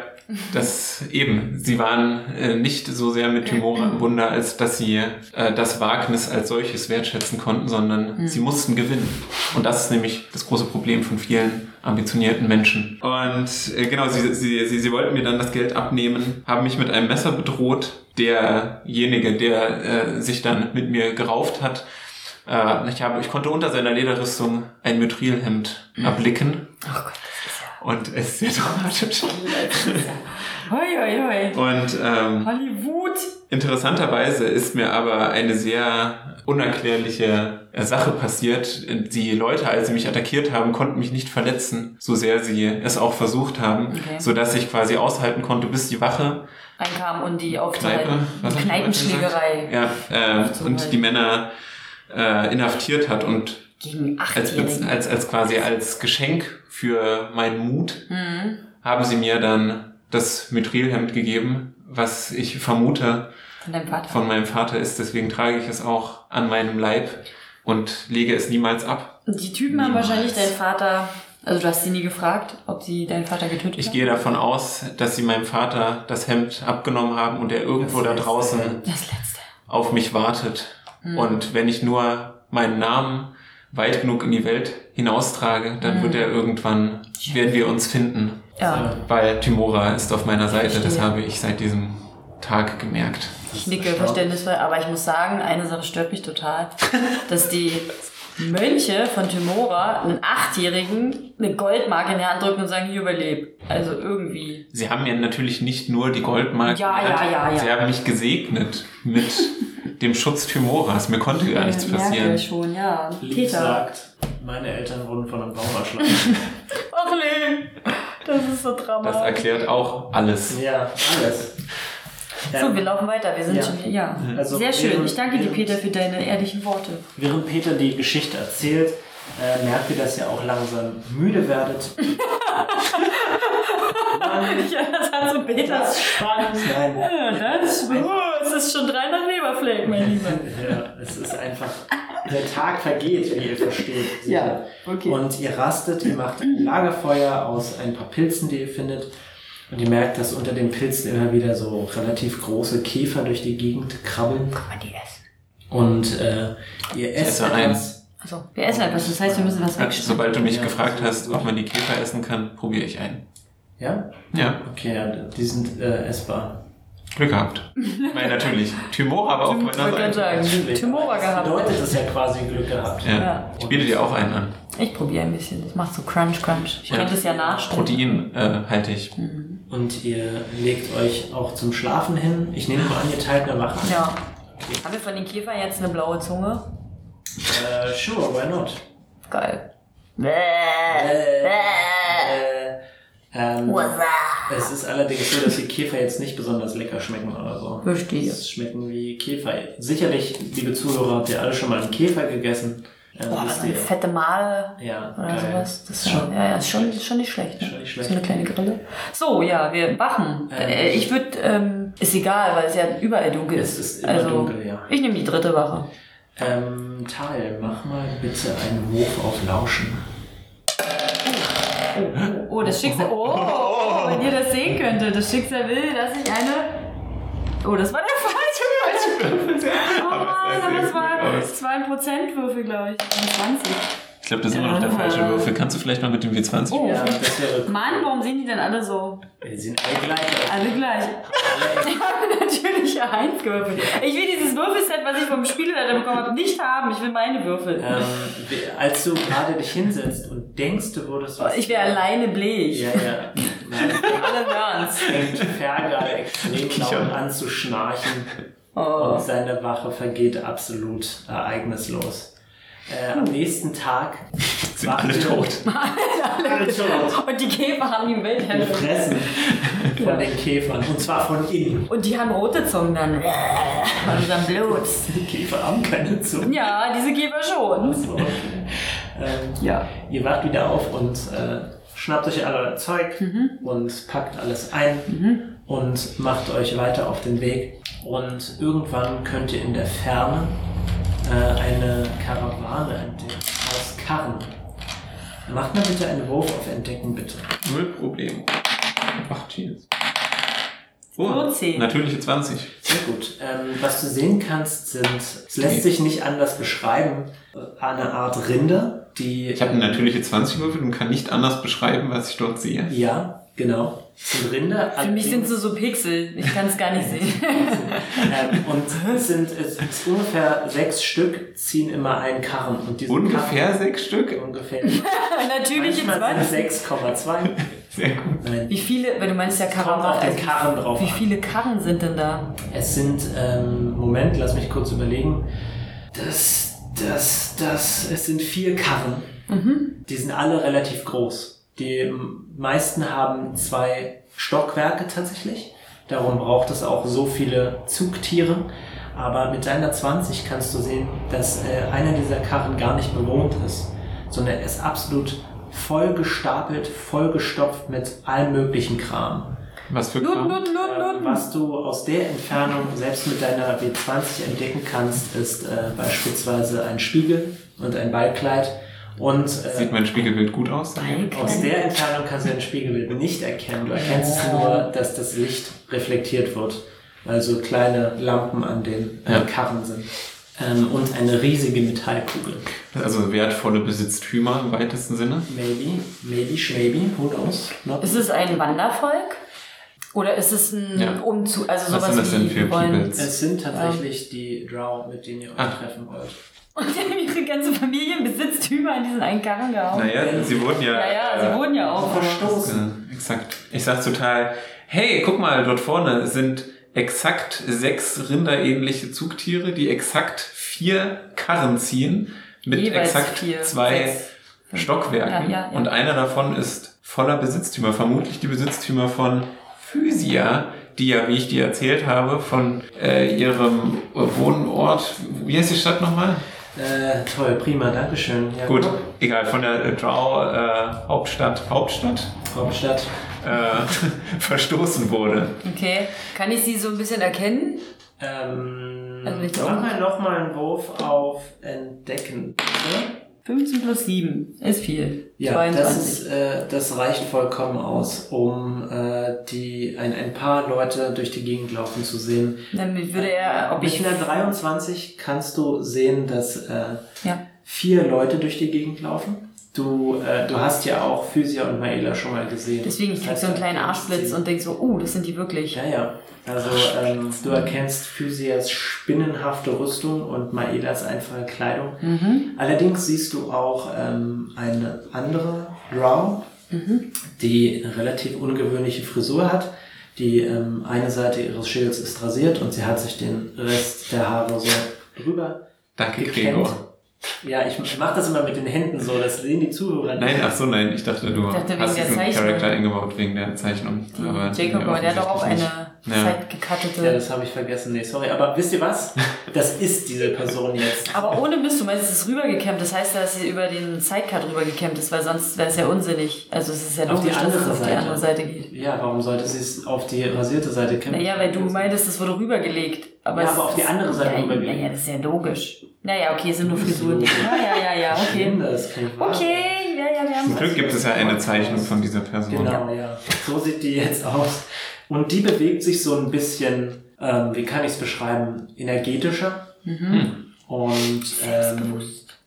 S4: das eben. Sie waren äh, nicht so sehr mit Timora im Wunder, als dass sie äh, das Wagnis als solches wertschätzen konnten, sondern mhm. sie mussten gewinnen. Und das ist nämlich das große Problem von vielen ambitionierten Menschen. Und äh, genau, sie, sie, sie, sie wollten mir dann das Geld abnehmen, haben mich mit einem Messer bedroht. Derjenige, der äh, sich dann mit mir gerauft hat, äh, ich, habe, ich konnte unter seiner Lederrüstung ein Mithrilhemd erblicken. Oh Mhm. Gott. Und es ist sehr dramatisch.
S3: hoi, hoi,
S4: hoi. Und ähm,
S3: Hollywood.
S4: Interessanterweise ist mir aber eine sehr unerklärliche Sache passiert. Die Leute, als sie mich attackiert haben, konnten mich nicht verletzen, so sehr sie es auch versucht haben, okay. so dass ich quasi aushalten konnte, bis die Wache
S3: ankam und die aufzuhalten. Kneipe, die Kneipenschlägerei.
S4: Ja, äh, und die Männer äh, inhaftiert hat und
S3: gegen
S4: als, als, als quasi als Geschenk für meinen Mut mhm. haben sie mir dann das Mithrilhemd gegeben, was ich vermute
S3: von,
S4: von, meinem Vater ist. Deswegen trage ich es auch an meinem Leib und lege es niemals ab.
S3: Die Typen niemals. haben wahrscheinlich deinen Vater, also du hast sie nie gefragt, ob sie deinen Vater getötet haben.
S4: Ich gehe davon aus, dass sie meinem Vater das Hemd abgenommen haben und er irgendwo da draußen auf mich wartet.
S3: Hm.
S4: Mhm. Und wenn ich nur meinen Namen weit genug in die Welt hinaustrage, dann mhm. wird er irgendwann, werden wir uns finden.
S2: äh,
S3: Ja.
S4: Weil Timora ist auf meiner Seite, das habe ich seit diesem Tag gemerkt.
S3: Ich nicke verständnisvoll, aber ich muss sagen, eine Sache stört mich total, dass die Mönche von Timora einen Achtjährigen eine Goldmarke in die Hand drücken und sagen, hier überleb. Also irgendwie.
S4: Sie haben ja natürlich nicht nur die Goldmarke.
S3: Ja, ja, ja, ja.
S4: Sie haben mich gesegnet mit dem Schutz Timoras. Mir konnte gar nichts passieren.
S3: Ja, schon, ja.
S2: Lieb Peter. sagt, meine Eltern wurden von einem Baum erschlagen.
S3: Ach nee, das ist so dramatisch.
S4: Das erklärt auch alles.
S2: Ja, alles. Ähm,
S3: Ja. So, wir laufen weiter. Wir sind ja. schon hier. Ja. Also Sehr schön. Während, ich danke dir, Peter, für deine ehrlichen Worte.
S2: Während Peter die Geschichte erzählt, äh, merkt ihr, dass ihr auch langsam müde werdet.
S3: ja, das hat so Also, Peter.
S2: Das ist spannend.
S3: Nein. Ja, das, ist, oh, es ist schon drei nach Leberfleck, mein Lieber.
S2: ja, es ist einfach. Der Tag vergeht, wie ihr versteht.
S3: Ja, okay.
S2: Und ihr rastet, ihr macht ein Lagerfeuer aus ein paar Pilzen, die ihr findet. Und ihr merkt, dass unter den Pilzen immer wieder so relativ große Käfer durch die Gegend krabbeln.
S3: Kann man die essen?
S2: Und äh, ihr esst
S4: esse eins.
S3: Also, wir essen etwas, das heißt, wir müssen was wegschneiden.
S4: Äh, Sobald du mich ja, gefragt so hast, ob man die Käfer essen kann, probiere ich einen.
S2: Ja?
S4: Ja.
S2: Okay, ja, die sind äh, essbar.
S4: Glück gehabt. Nein, natürlich. Timora aber auf meiner Seite.
S3: Sagen. Timora gehabt.
S2: Das bedeutet es ja quasi Glück gehabt.
S4: Ja. ja. Ich biete dir auch einen an.
S3: Ich probiere ein bisschen. Das macht so Crunch Crunch. Ich ja. könnte es ja nachstellen.
S4: Protein äh, halte ich.
S2: Mhm. Und ihr legt euch auch zum Schlafen hin. Ich nehme mal an, ihr teilt eine Wache.
S3: Ja. Okay. Haben wir von den Käfern jetzt eine blaue Zunge?
S2: Äh, sure, why not?
S3: Geil.
S2: Bäh. Bäh. Bäh. Äh, Ähm, es ist allerdings so, dass die Käfer jetzt nicht besonders lecker schmecken oder so.
S3: Verstehe.
S2: Es schmecken wie Käfer. Sicherlich, liebe Zuhörer, habt ihr alle schon mal einen Käfer gegessen. Äh,
S3: Ähm, Boah, so eine fette Male
S2: ja,
S3: oder geil. sowas. Das ist schon, ja, ja, ist schon, schon nicht schlecht. Ne? Schon nicht schlecht. So eine kleine Grille. So, ja, wir wachen. Ähm, ich würde, ähm, ist egal, weil es ja überall dunkel ist.
S2: Es ist immer also, dunkel, ja.
S3: Ich nehme die dritte Wache.
S2: Ähm, Tal, mach mal bitte einen Wurf auf Lauschen.
S3: Oh, oh, oh, das Schicksal. Oh, oh, wenn ihr das sehen könntet, das Schicksal will, dass ich eine. Oh, das war der falsche Würfel. Oh Mann, das war, das war ein Prozentwürfel, glaube ich. 20.
S4: Ich glaube, das ist immer noch der falsche Würfel. Kannst du vielleicht mal mit dem W20
S3: Ah. oh, ja, Mann, warum sehen die denn alle so?
S2: Die sind alle gleich.
S3: Alle gleich. ich habe natürlich eine Eins gewürfelt. Ich will dieses Würfelset, was ich vom Spielleiter bekommen habe, nicht haben. Ich will meine Würfel.
S2: Ähm, als du gerade dich hinsetzt und denkst, du würdest was...
S3: Ich wäre alleine bleich.
S2: Ja, ja.
S3: alle hören es.
S2: Fängt Fergal extrem laut an zu schnarchen. Oh. Und seine Wache vergeht absolut ereignislos. Äh, am nächsten Tag
S4: sind alle tot.
S3: alle, alle tot. Und die Käfer haben die Welt
S2: gefressen von ja. den Käfern und zwar von innen.
S3: Und die haben rote Zungen dann. Und dann Blut.
S2: Die Käfer haben keine Zungen.
S3: Ja, diese Käfer schon.
S2: So, okay. ähm, ja. Ihr wacht wieder auf und äh, schnappt euch alle Zeug
S1: Mhm.
S2: und packt alles ein
S1: Mhm.
S2: und macht euch weiter auf den Weg. Und irgendwann könnt ihr in der Ferne äh, eine Karawane entdecken aus Karren. Macht mal bitte einen Wurf auf Entdecken, bitte.
S4: Null Problem. Ach, cheers. Oh,
S1: Nur zehn.
S4: natürliche 20.
S2: Sehr gut. Ähm, was du sehen kannst, sind, es lässt sich nicht anders beschreiben, äh, eine Art Rinder, die.
S4: Ich habe eine natürliche 20 gewürfelt und kann nicht anders beschreiben, was ich dort sehe.
S2: Ja, genau. Es sind Rinder.
S1: Für mich sind sie so Pixel. Ich kann es gar nicht sehen.
S2: Ähm, und es sind es, es ungefähr sechs Stück, ziehen immer einen Karren. Und diese
S4: Ungefähr sechs
S2: Karren,
S4: Stück.
S2: ungefähr.
S1: Natürlich jetzt
S2: Manchmal
S1: was.
S2: sind es 6,2.
S4: Sehr gut.
S2: Nein,
S1: Wie viele, weil du meinst ja
S2: es kommt
S1: Karren
S2: auf
S1: auch,
S2: den
S1: also
S2: Karren drauf
S1: Wie
S2: an.
S1: viele Karren sind denn da?
S2: Es sind, ähm, Moment, lass mich kurz überlegen. Das, das, das, es sind vier Karren. Die sind alle relativ groß. Die meisten haben zwei Stockwerke tatsächlich. Darum braucht es auch so viele Zugtiere. Aber mit deiner 20 kannst du sehen, dass äh, einer dieser Karren gar nicht bewohnt ist, sondern er ist absolut voll gestapelt, voll gestopft mit allem möglichen Kram.
S4: Was für
S1: Lut,
S4: Kram?
S1: lut, lut,
S2: Ähm,
S1: lut.
S2: Was du aus der Entfernung selbst mit deiner W20 entdecken kannst, ist äh, beispielsweise ein Spiegel und ein Ballkleid. Und
S4: Sieht
S2: äh,
S4: mein Spiegelbild gut aus?
S1: Danke.
S2: aus der Entfernung kannst du ein Spiegelbild nicht erkennen. Du erkennst nur, dass das Licht reflektiert wird, weil so kleine Lampen an den äh,
S4: Ja.
S2: Karren sind. Ähm, und eine riesige Metallkugel.
S4: Also wertvolle Besitztümer im weitesten Sinne.
S2: Maybe, maybe, maybe, who knows? Not
S1: Ist es ein Wandervolk? Oder ist es ein
S4: Ja.
S1: Umzug? Also
S4: Was
S1: sowas
S4: sind das
S1: wie
S4: denn für
S1: wir wollen-
S4: Peoples?
S2: es sind tatsächlich die Drow, mit denen ihr euch
S4: Ah.
S2: treffen wollt.
S1: Und die haben ihre ganze Familienbesitztümer in diesen einen Karren gehauen.
S4: Naja, sie wurden ja.
S1: Ja, ja,
S2: Äh,
S1: sie wurden ja auch.
S2: Verstoßen.
S4: Äh, exakt. Ich sag total, hey, guck mal, dort vorne sind exakt sechs rinderähnliche Zugtiere, die exakt vier Karren ziehen, mit
S1: Jeweils
S4: exakt
S1: vier,
S4: zwei
S1: sechs.
S4: Stockwerken.
S1: Ja, ja, ja.
S4: Und einer davon ist voller Besitztümer, vermutlich die Besitztümer von Physia, die ja, wie ich dir erzählt habe, von äh, ihrem Wohnort, wie heißt die Stadt nochmal?
S2: Äh, toll, prima, Dankeschön. Ja,
S4: Gut, egal, von der äh, Drow äh, Hauptstadt, Hauptstadt
S2: Hauptstadt.
S4: äh, verstoßen wurde.
S1: Okay. Kann ich sie so ein bisschen erkennen?
S2: Ähm,
S1: Also nicht
S2: mach
S1: um-
S2: mal nochmal einen Wurf auf Entdecken. bitte.
S1: 15 plus 7 ist viel.
S2: Ja, das, ist, äh, das reicht vollkommen aus, um äh, die, ein, ein paar Leute durch die Gegend laufen zu sehen.
S1: Dann würde er, ob
S2: Mit
S1: ich.
S2: einer 23 kannst du sehen, dass äh,
S1: Ja.
S2: vier Leute durch die Gegend laufen. Du, äh, du hast ja auch Physia und Maela schon mal gesehen.
S1: Deswegen, ich krieg so einen kleinen Arschblitz und denk so, oh, das sind die wirklich.
S2: Ja, ja. Also ähm, du erkennst Physias spinnenhafte Rüstung und Maelas einfache Kleidung.
S1: Mhm.
S2: Allerdings siehst du auch ähm, eine andere Drow,
S4: Mhm.
S2: die eine relativ ungewöhnliche Frisur hat. Die ähm, eine Seite ihres Schilds ist rasiert und sie hat sich den Rest der Haare so drüber.
S4: Danke,
S2: Gekennt.
S4: Gregor.
S2: Ja, ich mache das immer mit den Händen so, das sehen die Zuhörer nicht.
S4: Nein, ach so, nein, ich dachte, du
S1: Ich dachte, wegen
S4: hast
S1: der
S4: diesen
S1: Zeichnung.
S4: Charakter eingebaut wegen der Zeichnung. Aber
S1: Jacob,
S4: nee,
S1: aber der hat doch auch
S4: offensichtlich
S1: eine
S4: nicht. Ja.
S1: zeitgekattete.
S2: Ja, das habe ich vergessen. Nee, sorry. Aber wisst ihr was? Das ist diese Person jetzt.
S1: aber ohne Mist, du meinst, es ist rübergekämmt. Das heißt, dass sie über den Sidecut rübergekämmt ist, weil sonst wäre es ja unsinnig. Also es ist ja
S2: Auf die
S1: logisch, dass es
S2: andere
S1: auf die
S2: Seite.
S1: andere Seite geht.
S2: Ja, warum sollte sie es auf die rasierte Seite kämpfen?
S1: Naja, weil du meintest, es wurde rübergelegt. Aber,
S2: Ja,
S1: es
S2: aber auf die
S1: ist-
S2: andere Seite
S1: ja,
S2: rübergelegt.
S1: Naja, das ist ja logisch. Naja, okay, es sind nur
S2: Das ist
S1: Frisuren.
S2: logisch.
S1: Ja, ja, ja, ja, okay.
S2: Schlimm, das ist kein Wahr.
S1: Okay, ja, ja, wir haben
S4: Zum Glück gibt es ja eine Zeichnung von dieser Person.
S2: Genau, ja. So sieht die jetzt aus. Und die bewegt sich so ein bisschen, ähm, wie kann ich es beschreiben, energetischer.
S1: Mhm.
S2: Und ähm,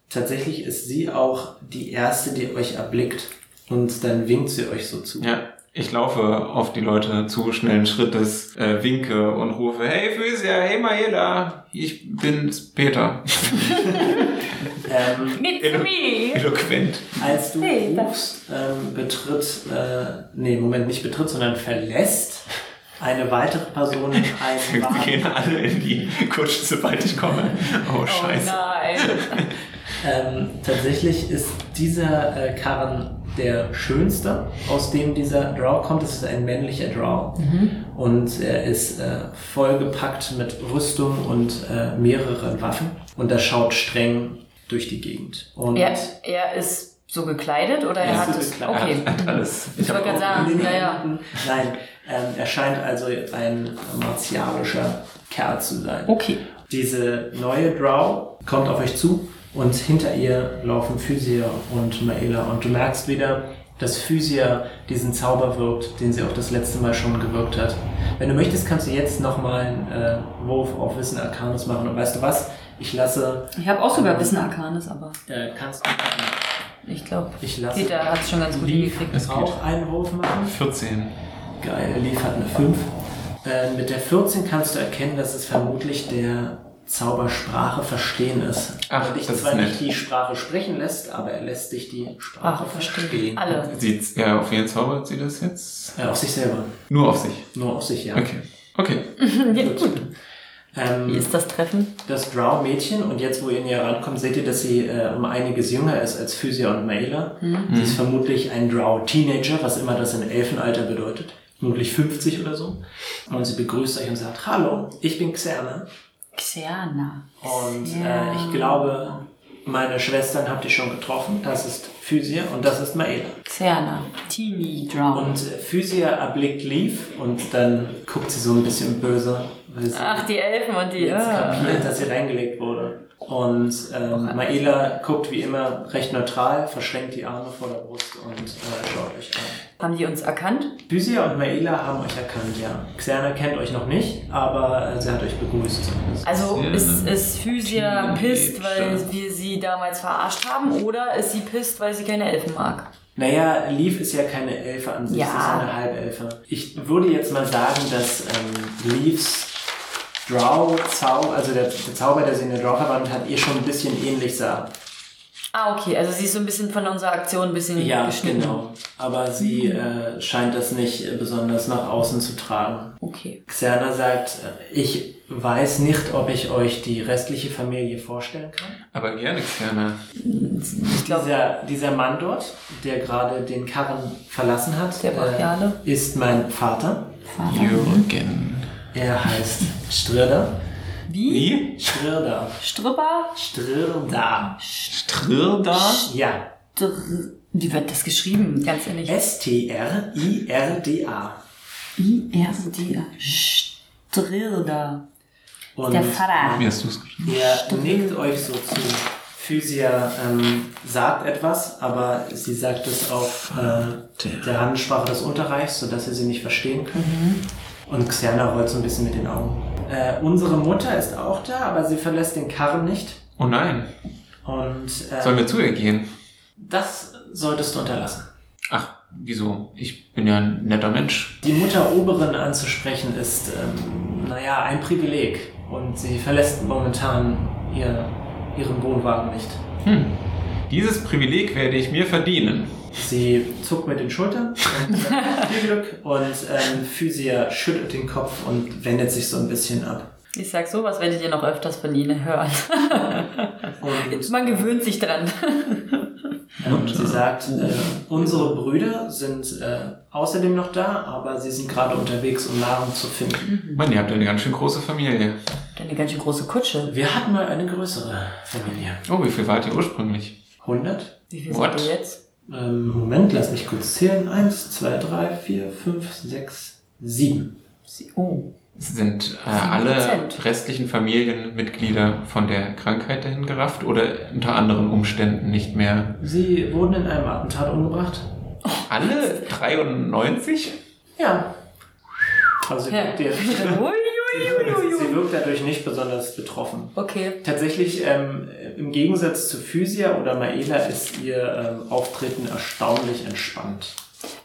S2: tatsächlich ist sie auch die erste, die euch erblickt. Und dann winkt sie euch so zu.
S4: Ja, ich laufe auf die Leute zu schnellen Schrittes, äh, winke und rufe, hey Physia, hey Maela, ich bin's Peter.
S2: Ähm,
S1: It's me!
S4: Eloquent.
S2: Als du
S1: Hey, da-
S2: rufst, ähm, betritt, äh, nee, Moment, nicht betritt, sondern verlässt eine weitere Person einen
S4: Wir
S2: Wagen.
S4: gehen alle in die Kutsche, sobald ich komme. Oh,
S1: Oh
S4: scheiße.
S1: nein.
S2: Ähm, tatsächlich ist dieser äh, Karren der schönste, aus dem dieser Draw kommt. Es ist ein männlicher Draw.
S1: Mhm.
S2: Und er ist äh, vollgepackt mit Rüstung und äh, mehreren Waffen. Und er schaut streng durch die Gegend. Und
S1: Er, er ist so gekleidet oder er
S2: Ja,
S1: hat
S2: so
S1: es.
S2: gekleidet.
S1: Okay.
S4: Er hat alles.
S1: Ich wollte gerade sagen, ja, ja.
S2: Nein, ähm, er scheint also ein martialischer Kerl zu sein.
S1: Okay.
S2: Diese neue Drow kommt auf euch zu und hinter ihr laufen Physier und Maela. Und du merkst wieder, dass Physier diesen Zauber wirkt, den sie auch das letzte Mal schon gewirkt hat. Wenn du möchtest, kannst du jetzt nochmal einen äh, Wurf auf Wissen Arcanus machen. Und weißt du was? Ich lasse.
S1: Ich habe auch sogar Wissen Arcanes, aber
S2: Äh, kannst
S1: ich glaube,
S2: Ich lasse.
S1: Peter hat es schon ganz gut hingekriegt.
S4: Es geht.
S2: auch einen Wurf machen.
S4: 14.
S2: Geil, Leaf hat eine 5. Äh, mit der 14 kannst du erkennen, dass es vermutlich der Zaubersprache verstehen ist.
S4: Ach,
S2: dich
S4: das ist
S2: zwar
S4: nett.
S2: nicht die Sprache sprechen lässt, aber er lässt dich die Sprache
S1: Sprache verstehen.
S2: verstehen.
S1: Alle.
S4: Sieht's, ja, auf wen zaubert sie das jetzt?
S2: Äh, auf sich selber.
S4: Nur auf sich.
S2: Nur auf sich, ja.
S4: Okay. Okay.
S1: Ja, gut. Wie
S2: Ähm,
S1: ist das Treffen?
S2: das Drow-Mädchen, und jetzt, wo ihr näher rankommt, seht ihr, dass sie äh, um einiges jünger ist als Physia und Maela.
S1: Hm.
S2: Sie ist vermutlich ein Drow-Teenager, was immer das im Elfenalter bedeutet. Vermutlich 50 oder so. Und sie begrüßt euch und sagt, Hallo, ich bin Xerne.
S1: Xerna.
S2: Und
S1: Ja.
S2: äh, ich glaube, meine Schwestern habt ihr schon getroffen. Das ist Physia und das ist Maela.
S1: Xerna. Teeny Drown.
S2: Und äh, Physia erblickt Leaf und dann guckt sie so ein bisschen böse, weil sie
S1: Ach, die Elfen und die. ah.
S2: jetzt
S1: Ja.
S2: kapiert, dass sie reingelegt wurde. Und ähm, Maela guckt wie immer recht neutral, verschränkt die Arme vor der Brust und äh, schaut euch an.
S1: Haben die uns erkannt?
S2: Physia und Maela haben euch erkannt, ja. Xerna kennt euch noch nicht, aber äh, sie hat euch begrüßt.
S1: Also
S4: Ja.
S1: ist, ist Physia
S4: Teeny
S1: pisst,
S4: Drown.
S1: weil wir sie damals verarscht haben? Oder ist sie pisst, weil sie keine Elfen mag?
S2: Naja, Leaf ist ja keine Elfe an sich,
S1: Ja.
S2: sie ist eine Halbelfe. Ich würde jetzt mal sagen, dass ähm, Leafs Drow-Zauber, also der, der Zauber, der sie in der Drow verwandt hat, ihr schon ein bisschen ähnlich sah.
S1: Ah, okay. Also sie ist so ein bisschen von unserer Aktion ein bisschen
S2: Ja,
S1: geschnitten.
S2: genau. Aber sie äh, scheint das nicht äh, besonders nach außen zu tragen.
S1: Okay.
S2: Xerna sagt, äh, ich weiß nicht, ob ich euch die restliche Familie vorstellen kann.
S4: Aber gerne, Xerna.
S1: Ich glaube,
S2: Dieser, dieser Mann dort, der gerade den Karren verlassen hat,
S1: Der Brachiale.
S2: äh, ist mein Vater.
S4: Jürgen.
S2: Er heißt Strirda.
S1: wie?
S4: Wie?
S2: Strirda.
S1: Stripper?
S2: Strirda.
S4: Strirda?
S2: Ja.
S1: Dr- Wie wird das geschrieben? Ganz ehrlich.
S2: S-T-R-I-R-D-A.
S1: I-R-D. Strirda.
S2: Und
S1: Der Vater.
S4: Wie hast du es geschrieben?
S2: ihr nickt euch so zu. Physia ähm, sagt etwas, aber sie sagt es auf äh, der Handelssprache des Unterreichs, sodass ihr sie nicht verstehen könnt. Und Xerna rollt so ein bisschen mit den Augen. Äh, unsere Mutter ist auch da, aber sie verlässt den Karren nicht.
S4: Oh nein.
S2: Und äh,
S4: Sollen wir zu ihr gehen?
S2: das solltest du unterlassen.
S4: Ach, wieso? Ich bin ja ein netter Mensch.
S2: Die Mutter Oberin anzusprechen ist, ähm, naja, ein Privileg. Und sie verlässt momentan ihr, ihren Wohnwagen nicht.
S4: Hm. Dieses Privileg werde ich mir verdienen.
S2: Sie zuckt mit den Schultern und sagt viel Glück. Und ähm, Physia schüttelt den Kopf und wendet sich so ein bisschen ab.
S1: Ich sag, sowas werdet ihr noch öfters von ihnen hören.
S2: Und
S1: Man gewöhnt sich dran.
S2: ähm, sie sagt, äh, unsere Brüder sind äh, außerdem noch da, aber sie sind gerade unterwegs, um Nahrung zu finden.
S4: Mann, ihr habt ja eine ganz schön große Familie.
S1: Eine ganz schön große Kutsche.
S2: Wir hatten mal eine größere Familie.
S4: Oh, wie viel wart ihr ursprünglich?
S2: 100?
S1: Wie viel
S4: What?
S1: seid ihr jetzt?
S2: Ähm, Moment, lass mich kurz zählen. Eins, zwei, drei, vier, fünf, sechs, sieben.
S1: Sie- Oh.
S4: Sind äh, alle
S1: 7%.
S4: restlichen Familienmitglieder von der Krankheit dahin gerafft oder unter anderen Umständen nicht mehr?
S2: Sie wurden in einem Attentat umgebracht?
S4: Alle 93?
S2: Ja. Also sie,
S1: Ja.
S2: wirkt jetzt- sie, wirkt- sie wirkt dadurch nicht besonders betroffen.
S1: Okay.
S2: Tatsächlich, ähm, im Gegensatz zu Physia oder Maela ist ihr ähm, Auftreten erstaunlich entspannt.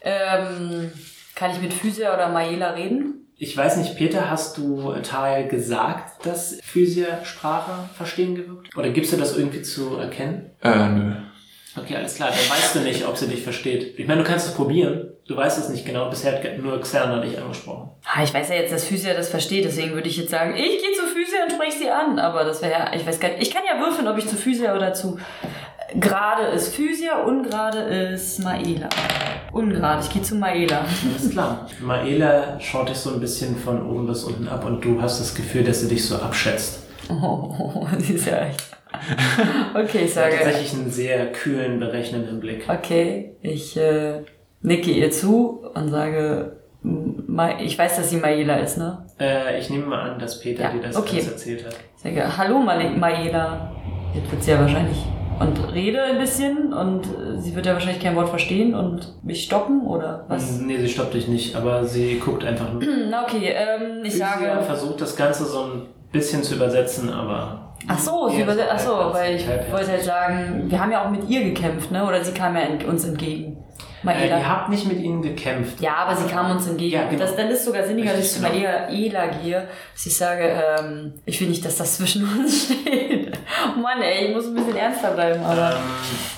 S1: Ähm, kann ich mit Physia oder Maela reden?
S2: Ich weiß nicht, Peter, hast du Teil gesagt, dass Physia Sprache verstehen gewirkt? Oder gibst du das irgendwie zu erkennen?
S4: Äh, nö.
S2: Okay, alles klar. Dann weißt du nicht, ob sie dich versteht. Ich meine, du kannst es probieren. Du weißt es nicht genau. Bisher hat nur Xerna dich angesprochen.
S1: Ah, ich weiß ja jetzt, dass Physia das versteht, deswegen würde ich jetzt sagen, ich gehe zu Physia und spreche sie an. Aber das wäre ja, ich weiß gar nicht, ich kann ja würfeln, ob ich zu Physia oder zu. äh, Gerade ist Physia, ungerade ist Maela. Ungerade, ich gehe zu Maela.
S2: Alles klar. Maela schaut dich so ein bisschen von oben bis unten ab und du hast das Gefühl, dass sie dich so abschätzt.
S1: Oh, sie ist ja echt. Okay, ich
S2: Sie hat
S1: sage.
S2: tatsächlich einen sehr kühlen, berechnenden Blick.
S1: Okay, ich äh, nicke ihr zu und sage, m- Ma- ich weiß, dass sie Maela ist, ne?
S2: Äh, ich nehme mal an, dass Peter
S1: Ja,
S2: dir das
S1: okay.
S2: alles erzählt hat.
S1: Ich sage, hallo Male- Maela. Jetzt wird sie ja wahrscheinlich. Und rede ein bisschen und äh, sie wird ja wahrscheinlich kein Wort verstehen und mich stoppen oder was? Hm,
S2: Nee, sie stoppt dich nicht, aber sie guckt einfach nur.
S1: Na okay, ähm, ich
S2: Lysia
S1: sage.
S2: versucht das Ganze so ein bisschen zu übersetzen, aber.
S1: Ach so, sie
S2: Ja,
S1: überse- ach so,
S2: halbherzig,
S1: weil ich
S2: halbherzig.
S1: wollte halt sagen, wir haben ja auch mit ihr gekämpft, ne? Oder sie kam ja ent uns entgegen.
S2: Äh, ihr
S1: Maela.
S2: habt nicht mit ihnen gekämpft.
S1: Ja, aber sie kam uns entgegen.
S2: Ja, genau.
S1: das, dann ist sogar sinniger, dass ich
S2: Richtig,
S1: zu Maela Ela gehe, dass ich sage, ähm, ich will nicht, dass das zwischen uns steht. Oh Mann, ey, ich muss ein bisschen ernster bleiben, aber
S2: Ähm,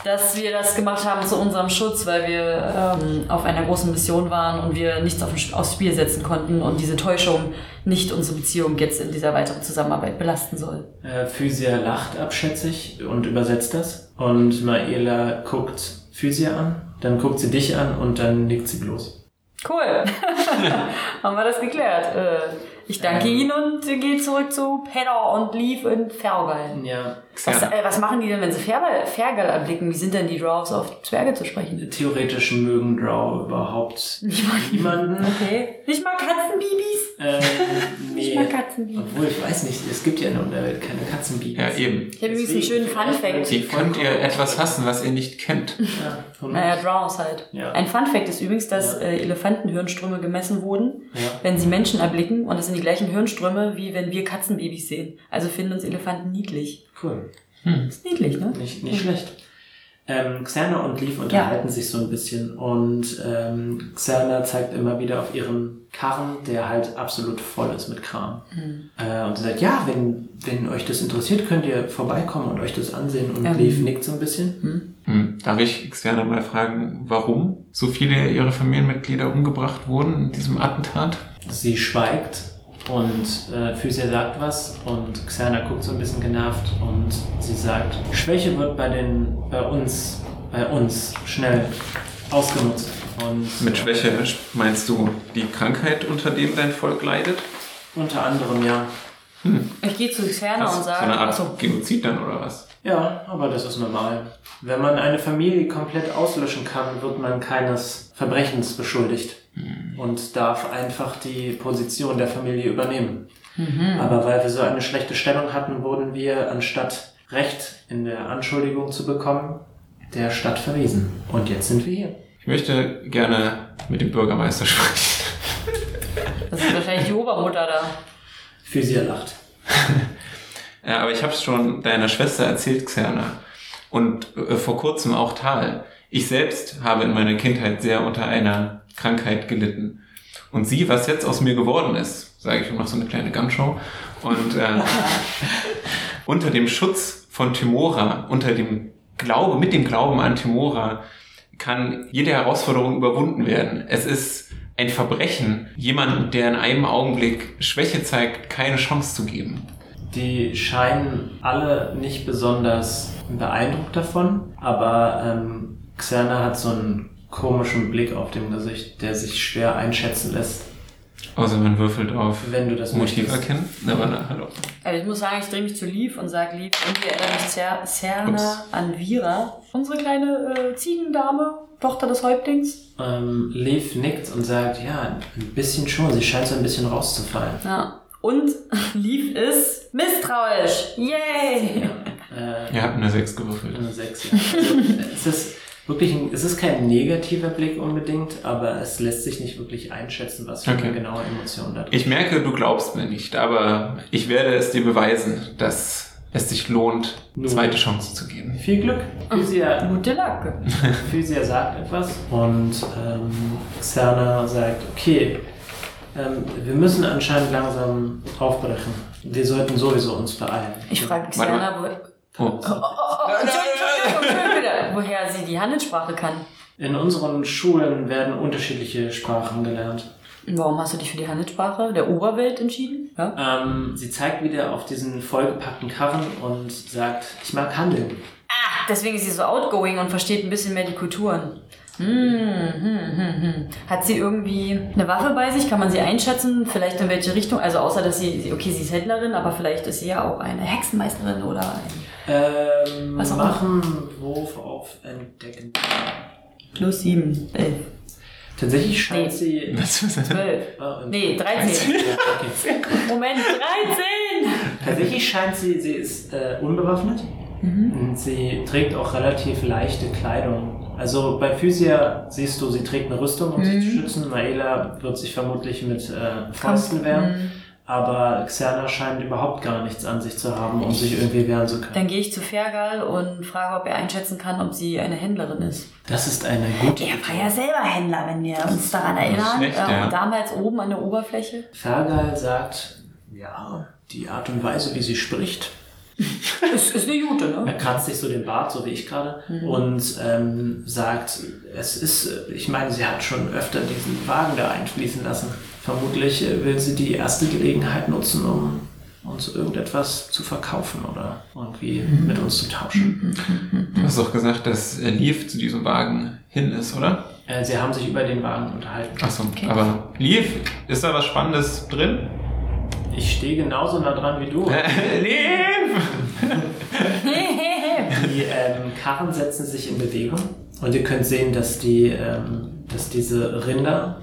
S1: dass wir das gemacht haben zu unserem Schutz, weil wir ähm, auf einer großen Mission waren und wir nichts auf dem, Sp- aufs Spiel setzen konnten und diese Täuschung nicht unsere Beziehung jetzt in dieser weiteren Zusammenarbeit belasten soll.
S2: äh, Physia lacht abschätzig und übersetzt das. Und Maela guckt Physia an, dann guckt sie dich an und dann nickt sie bloß.
S1: Cool, haben wir das geklärt. Äh, ich danke
S2: Ähm.
S1: Ihnen und gehe zurück zu Pedder und Leaf und Fergal.
S2: Ja,
S1: Was,
S4: Ja.
S1: äh, was machen die denn, wenn sie Fergal, Fergal erblicken? Wie sind denn die Dwarves auf Zwerge zu sprechen?
S2: theoretisch mögen Drow überhaupt niemanden.
S1: Okay. Nicht mal Katzenbibis?
S2: Äh, nee.
S1: Nicht mal Katzenbibis.
S2: Obwohl, ich weiß nicht, es gibt ja in der Unterwelt keine Katzenbieten.
S4: Ja, eben.
S1: Ich habe übrigens einen schönen
S2: Deswegen-
S1: Funfact.
S4: Wie könnt ihr etwas hassen, was ihr nicht kennt?
S2: Ja, und-
S1: Naja, Drows halt.
S2: Ja.
S1: Ein Funfact ist übrigens, dass äh, Elefantenhirnströme gemessen wurden,
S2: Ja.
S1: wenn sie Menschen erblicken. Und das sind die gleichen Hirnströme, wie wenn wir Katzenbabys sehen. Also finden uns Elefanten niedlich.
S2: Cool.
S4: Hm.
S1: Ist niedlich, ne?
S2: Nicht, nicht schlecht. Ähm, Xerna und Leaf unterhalten sich so ein bisschen und ähm, Xerna zeigt immer wieder auf ihren Karren, der halt absolut voll ist mit Kram. Äh, und sie sagt, ja, wenn, wenn euch das interessiert, könnt ihr vorbeikommen und euch das ansehen. Und
S1: Ähm.
S2: Leaf nickt so ein bisschen.
S4: Hm. Darf ich externe mal fragen, warum so viele ihrer Familienmitglieder umgebracht wurden in diesem Attentat?
S2: Sie schweigt und äh, Physia sagt was und Xerna guckt so ein bisschen genervt und sie sagt, Schwäche wird bei den bei uns bei uns schnell ausgenutzt. Und äh,
S4: Mit Schwäche meinst du die Krankheit, unter dem dein Volk leidet?
S2: Unter anderem ja.
S1: Ich gehe zu Xerna
S4: Was,
S1: und
S4: so
S1: sage...
S4: eine Art
S1: Achso.
S4: Genozid dann oder was?
S2: Ja, aber das ist normal. Wenn man eine Familie komplett auslöschen kann, wird man keines Verbrechens beschuldigt und darf einfach die Position der Familie übernehmen. Aber weil wir so eine schlechte Stellung hatten, wurden wir, anstatt Recht in der Anschuldigung zu bekommen, der Stadt verwiesen. Und jetzt sind wir hier.
S4: Ich möchte gerne mit dem Bürgermeister sprechen.
S1: Das ist wahrscheinlich die Obermutter da.
S2: Physia lacht.
S4: Ja, aber ich habe es schon deiner Schwester erzählt, Xerna. Und äh, vor kurzem auch Tal. Ich selbst habe in meiner Kindheit sehr unter einer Krankheit gelitten. Und sie, was jetzt aus mir geworden ist, sage ich und mache so eine kleine Gamshow. Und äh, unter dem Schutz von Timora, unter dem Glaube, mit dem Glauben an Timora, kann jede Herausforderung überwunden werden. Es ist ein Verbrechen, jemanden, der in einem Augenblick Schwäche zeigt, keine Chance zu geben.
S2: Die scheinen alle nicht besonders beeindruckt davon, aber ähm, Xerna hat so einen komischen Blick auf dem Gesicht, der sich schwer einschätzen lässt,
S4: Außer man würfelt auf
S2: wenn du das
S4: Motiv
S2: möchtest.
S4: erkennen. Aber na, halt hallo.
S1: Also ich muss sagen, ich drehe mich zu Lief und sage Lief, irgendwie erinnert mich Cer- Cerna
S4: Ups.
S1: an Vira. Unsere kleine äh, Ziegendame, Tochter des Häuptlings.
S2: Ähm, Leaf nickt und sagt, ja, ein bisschen schon, sie scheint so ein bisschen rauszufallen.
S1: Ja. Und Lief ist misstrauisch. Yay!
S2: Äh,
S4: Ihr habt eine 6 gewürfelt.
S2: Eine Sechs, ja. Also, es ist wirklich ein, es ist kein negativer Blick unbedingt, aber es lässt sich nicht wirklich einschätzen, was für
S4: Okay.
S2: eine genaue Emotion da drin
S4: Ich merke, du glaubst mir nicht, aber ich werde es dir beweisen, dass es sich lohnt,
S2: Nun.
S4: zweite Chance zu geben.
S2: ist. Viel Glück. Physia
S1: Gute Lacke.
S2: Physia sagt etwas und ähm, Xerna sagt, okay, ähm, wir müssen anscheinend langsam aufbrechen. Wir sollten sowieso uns beeilen.
S1: Ich frage
S4: Warte
S1: Xerna, wo,
S4: Oh.
S1: oh, oh, Entschuldigung, Entschuldigung, Entschuldigung, wieder, woher sie die Handelssprache kann.
S2: In unseren Schulen werden unterschiedliche Sprachen gelernt.
S1: Warum hast du dich für die Handelssprache der Oberwelt entschieden? Ja?
S2: Ähm, sie zeigt wieder auf diesen vollgepackten Karren und sagt, ich mag handeln.
S1: Deswegen ist sie so outgoing und versteht ein bisschen mehr die Kulturen. Hm, hm, hm, hm. Hat sie irgendwie eine Waffe bei sich? Kann man sie einschätzen? Vielleicht in welche Richtung? Also außer, dass sie, sie- okay, sie ist Händlerin, aber vielleicht ist sie ja auch eine Hexenmeisterin oder ein
S2: Ähm,
S1: Was auch
S2: machen Wurf auf Entdecken.
S1: plus sieben, elf,
S2: Tatsächlich scheint
S1: Nee.
S2: sie.
S4: Was ist das?
S1: zwölf.
S2: Ah, ähm,
S1: Nee, 13.
S2: ja, okay.
S1: Moment, 13!
S2: Tatsächlich scheint sie, sie ist äh, unbewaffnet und sie trägt auch relativ leichte Kleidung. Also bei Physia siehst du, sie trägt eine Rüstung, um sich zu schützen. Naela wird sich vermutlich mit äh, Fäusten wehren. Aber Xerna scheint überhaupt gar nichts an sich zu haben, um sich irgendwie wehren zu können.
S1: Dann gehe ich zu Fergal und frage, ob er einschätzen kann, ob sie eine Händlerin ist.
S2: Das ist eine gute
S1: Er war ja selber Händler, wenn wir uns daran
S4: Nicht
S1: erinnern.
S4: schlecht,
S1: äh,
S4: ja.
S1: und damals oben an der Oberfläche.
S2: Fergal sagt, ja, die Art und Weise, wie sie spricht.
S1: Ist, ist eine gute, ne?
S2: Er kratzt sich so den Bart, so wie ich gerade, und ähm, sagt, es ist, äh, ich meine, sie hat schon öfter diesen Wagen da einfließen lassen. Vermutlich äh, will sie die erste Gelegenheit nutzen, um uns irgendetwas zu verkaufen oder irgendwie mit uns zu tauschen.
S4: Du hast doch gesagt, dass äh, Leaf zu diesem Wagen hin ist, oder?
S2: Äh, sie haben sich über den Wagen unterhalten.
S4: Achso, aber Leaf, ist da was Spannendes drin?
S2: Ich stehe genauso nah dran wie du.
S4: Leaf!
S2: Die ähm, Karren setzen sich in Bewegung und ihr könnt sehen, dass, die, ähm, dass diese Rinder,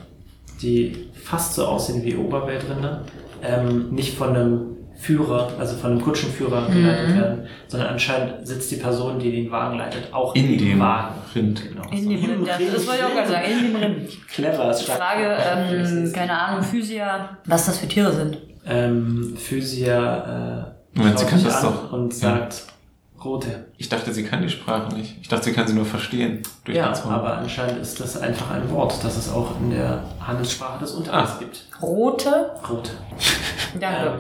S2: die fast so aussehen wie Oberweltrinder, ähm, nicht von einem Führer, also von einem Kutschenführer
S1: Mhm.
S2: geleitet werden, sondern anscheinend sitzt die Person, die den Wagen leitet, auch in,
S4: In
S2: dem
S4: dem
S2: Wagen.
S4: Rind.
S2: Genau.
S1: In dem Rind, ja, das wollte ich auch gerade sagen, in dem Rind.
S2: Clever. ist
S1: Ich
S2: stark.
S1: frage, ähm, keine Ahnung, Physia, was das für Tiere sind.
S2: Ähm, Physia äh,
S4: Moment, sie
S2: schaut
S4: kann
S2: dich
S4: das
S2: an
S4: doch.
S2: und
S4: Ja.
S2: sagt, rote.
S4: Ich dachte, sie kann die Sprache nicht. Ich dachte, sie kann sie nur verstehen. Durch
S2: Ja,
S4: das Horn.
S2: aber anscheinend ist das einfach ein Wort, das es auch in der Handelssprache des Unterarms gibt.
S1: Rote.
S2: Rote.
S1: Danke.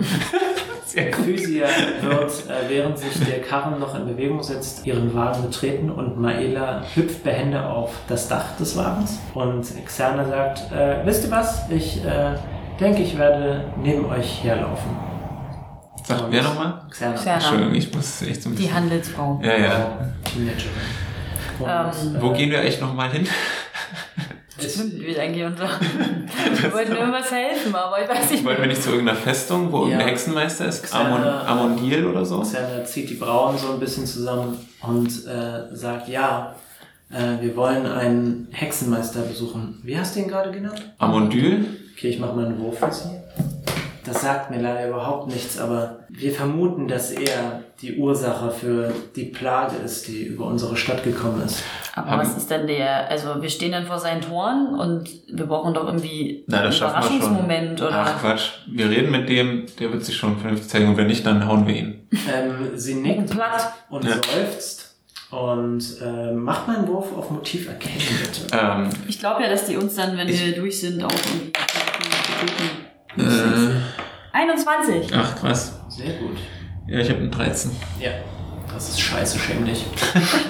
S4: Sehr gut.
S2: Physia wird, äh, während sich der Karren noch in Bewegung setzt, ihren Wagen betreten und Maela hüpft behende auf das Dach des Wagens. Und Xerna sagt, äh, wisst ihr was? Ich äh, denke, ich werde neben euch herlaufen.
S4: Sagt
S2: Und
S4: wer nochmal?
S2: Xerna.
S1: Xerna.
S4: Entschuldigung, ich muss echt so ein
S1: Die
S4: bisschen...
S1: Handelsfrau.
S4: Ja, ja.
S2: Teenagerin. Und,
S1: Ähm,
S4: Wo
S2: äh,
S4: gehen wir echt nochmal hin?
S1: Stimmt, wir eigentlich unser. Wir wollten irgendwas helfen, aber ich weiß nicht.
S4: Wollen wir nicht zu irgendeiner Festung, wo
S2: Ja.
S4: ein Hexenmeister ist?
S2: Xana-
S4: Amon, Amondil oder so?
S2: Xander zieht die Brauen so ein bisschen zusammen und äh, sagt, ja, äh, wir wollen einen Hexenmeister besuchen. Wie hast du ihn gerade genannt?
S4: Amondil?
S2: Okay, ich mache mal einen Wurf für sie. Das sagt mir leider überhaupt nichts, aber wir vermuten, dass er die Ursache für die Plage ist, die über unsere Stadt gekommen ist.
S1: Aber
S4: Haben-
S1: was ist denn der? Also wir stehen dann vor seinen Toren und wir brauchen doch irgendwie
S4: Na,
S1: einen
S4: das schaffen wir schon.
S1: Überraschungsmoment oder.
S4: Ach Quatsch, wir reden mit dem, der wird sich schon vernünftig zeigen und wenn nicht, dann hauen wir ihn.
S2: Ähm, sie nickt
S1: Platt.
S2: und
S4: Ja.
S2: seufzt und äh, macht mal einen Wurf auf Motiv erkennen, bitte.
S4: Ähm,
S1: Ich glaube ja, dass die uns dann, wenn
S4: Ich-
S1: wir durch sind, auch irgendwie töten.
S4: äh,
S1: 21.
S4: ach krass.
S2: Sehr gut.
S4: Ja, ich habe einen 13.
S2: Ja, das ist scheiße schämlich.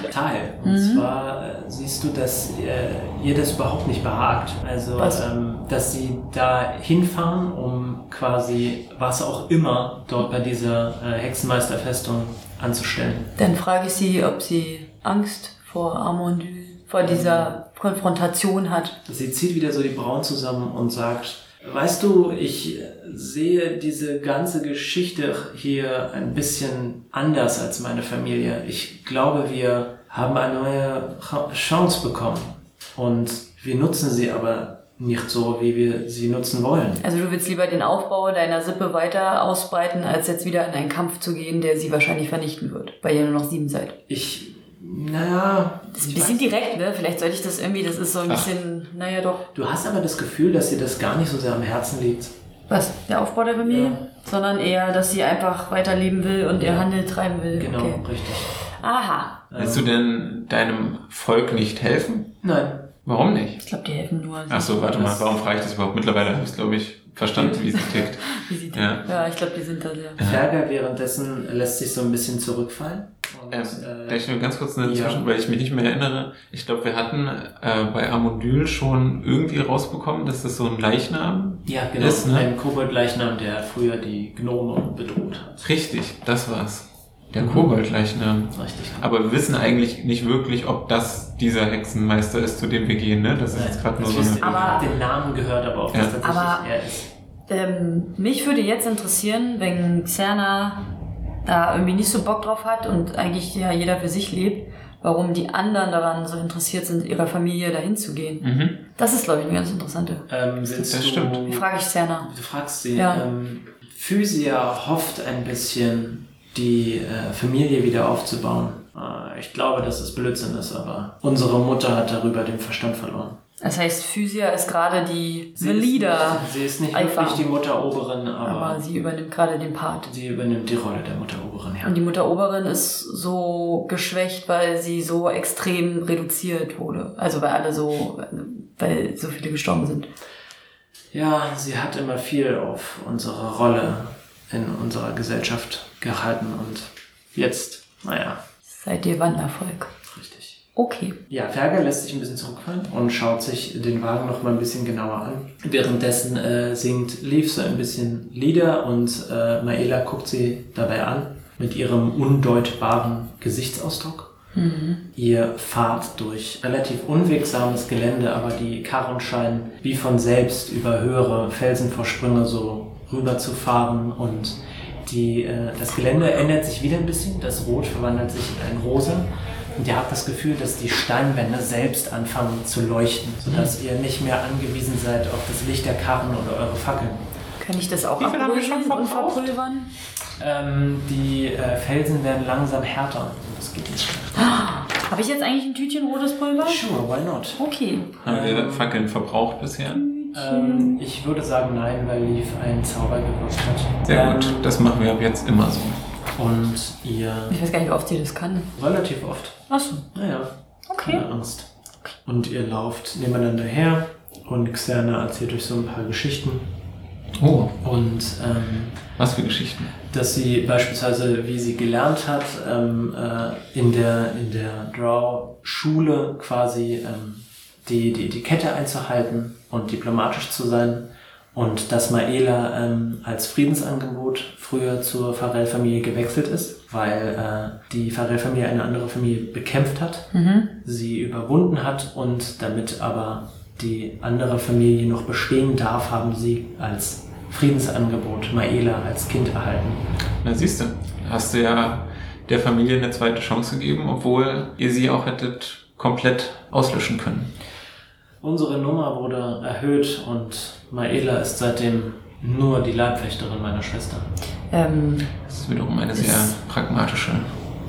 S2: Total. Und zwar äh, siehst du, dass äh, ihr das überhaupt nicht behagt. Also,
S1: Was?
S2: ähm, dass sie da hinfahren, um quasi was auch immer dort bei dieser äh, Hexenmeisterfestung anzustellen.
S1: Dann frage ich sie, ob sie Angst vor Amondü, vor dieser Konfrontation hat.
S2: Sie zieht wieder so die Brauen zusammen und sagt, weißt du, ich sehe diese ganze Geschichte hier ein bisschen anders als meine Familie. Ich glaube, wir haben eine neue Cha- Chance bekommen und wir nutzen sie aber nicht so, wie wir sie nutzen wollen.
S1: Also du willst lieber den Aufbau deiner Sippe weiter ausbreiten, als jetzt wieder in einen Kampf zu gehen, der sie wahrscheinlich vernichten wird, weil ihr nur noch sieben seid.
S2: Ich, naja,
S1: Das ist ein
S2: ich
S1: bisschen
S2: weiß-
S1: direkt, ne? Vielleicht sollte ich das irgendwie, das ist so ein
S4: Ach.
S1: bisschen, naja doch.
S2: du hast aber das Gefühl, dass dir das gar nicht so sehr am Herzen liegt.
S1: Was? Der Aufbau der Familie? Sondern eher, dass sie einfach weiterleben will und ihr Handel treiben will.
S2: Genau,
S1: Okay.
S2: richtig.
S1: Aha.
S4: Willst du denn deinem Volk nicht helfen?
S2: Nein,
S4: Warum nicht?
S1: Ich glaube, die helfen nur.
S4: Ach so, warte mal, warum frage ich das überhaupt? Mittlerweile habe ich glaube ich, verstanden, wie sie tickt.
S1: Wie sieht
S4: Ja.
S1: Ja, ich glaube, die sind da sehr.
S2: Ferger währenddessen lässt sich so ein bisschen zurückfallen. Und,
S4: Ähm,
S2: äh,
S4: da ich nur ganz kurz eine
S2: ja.
S4: Zwischen, weil ich mich nicht mehr erinnere. Ich glaube, wir hatten äh, bei Amondül schon irgendwie rausbekommen, dass das so ein Leichnam
S2: ja, genau.
S4: ist, ne?
S2: Ein Kobold-Leichnam, der früher die Gnome bedroht hat.
S4: Richtig, das war's. Der Kobold-Leichnam.
S2: Richtig.
S4: Aber wir wissen eigentlich nicht wirklich, ob das dieser Hexenmeister ist, zu dem wir gehen, ne? Das ist jetzt gerade nur so eine.
S2: Ich
S1: Aber-
S2: habe den Namen gehört, aber ob
S4: Ja.
S2: das tatsächlich
S1: Aber-
S2: er ist.
S1: Ähm, mich würde jetzt interessieren, wenn Xerna da irgendwie nicht so Bock drauf hat und eigentlich ja jeder für sich lebt, warum die anderen daran so interessiert sind, ihrer Familie dahin zu gehen.
S4: Mhm.
S1: Das ist, glaube ich, eine ganz interessante.
S2: Ähm, willst
S4: Das
S2: du,
S4: stimmt.
S1: Die frage ich Xerna.
S2: Du fragst sie,
S1: Ja.
S2: ähm, Physia hofft ein bisschen, die äh, Familie wieder aufzubauen. Äh, ich glaube, dass es Blödsinn ist, aber unsere Mutter hat darüber den Verstand verloren.
S1: Das heißt, Physia ist gerade die
S2: Sie
S1: the Leader,
S2: Ist nicht, sie ist nicht
S1: Einfach.
S2: wirklich die Mutteroberin, aber,
S1: aber sie übernimmt gerade den Part.
S2: sie übernimmt die Rolle der Mutteroberin. Ja.
S1: Und die Mutteroberin ist so geschwächt, weil sie so extrem reduziert wurde. Also weil alle so, weil so viele gestorben sind.
S2: ja, sie hat immer viel auf unsere Rolle in unserer Gesellschaft gehalten und jetzt, naja,
S1: Seid ihr Wandervolk?
S2: richtig.
S1: Okay.
S2: Ja, Ferger lässt sich ein bisschen zurückfallen und schaut sich den Wagen noch mal ein bisschen genauer an. Währenddessen äh, singt Leaf so ein bisschen Lieder und äh, Maela guckt sie dabei an mit ihrem undeutbaren Gesichtsausdruck. Ihr fahrt durch relativ unwegsames Gelände, aber die Karren scheinen wie von selbst über höhere Felsenvorsprünge so rüber zu fahren und die, äh, das Gelände ändert sich wieder ein bisschen. Das Rot verwandelt sich in ein Rosa. Und ihr habt das Gefühl, dass die Steinwände selbst anfangen zu leuchten, sodass ihr nicht mehr angewiesen seid auf das Licht der Karren oder eure Fackeln.
S1: Kann ich das auch
S4: Wie viel haben wir schon
S1: abrühren und
S4: verbraucht?
S1: verpulvern?
S2: Ähm, die äh, Felsen werden langsam härter. Das geht nicht.
S1: Habe ich jetzt eigentlich ein Tütchen rotes Pulver?
S2: Sure, why not?
S1: Okay.
S4: Haben wir Fackeln verbraucht bisher?
S2: Ähm, ich würde sagen nein, weil Leaf einen Zauber gewürzt hat.
S4: Sehr
S2: ähm,
S4: gut. Das machen wir ab jetzt immer so.
S2: Und ihr
S1: Ich weiß gar nicht, wie oft sie das kann.
S2: relativ oft.
S1: Achso.
S2: Naja,
S1: Okay.
S2: keine Angst. Und ihr lauft nebeneinander her und Xerna erzählt euch so ein paar Geschichten.
S4: Oh,
S2: Und ähm,
S4: was für Geschichten.
S2: dass sie beispielsweise, wie sie gelernt hat, ähm, äh, in der, in der Draw-Schule quasi ähm, die, die Etikette einzuhalten und diplomatisch zu sein. Und dass Maela ähm, als Friedensangebot früher zur Farrell-Familie gewechselt ist, weil äh, die Farrell-Familie eine andere Familie bekämpft hat sie überwunden hat und damit aber die andere Familie noch bestehen darf, haben sie als Friedensangebot Maela als Kind erhalten.
S4: Na siehst du, hast du ja der Familie eine zweite Chance gegeben, obwohl ihr sie auch hättet komplett auslöschen können.
S2: Unsere Nummer wurde erhöht und Maela ist seitdem nur die Leibwächterin meiner Schwester.
S1: Ähm,
S4: Das ist wiederum eine sehr
S1: Ist-
S4: pragmatische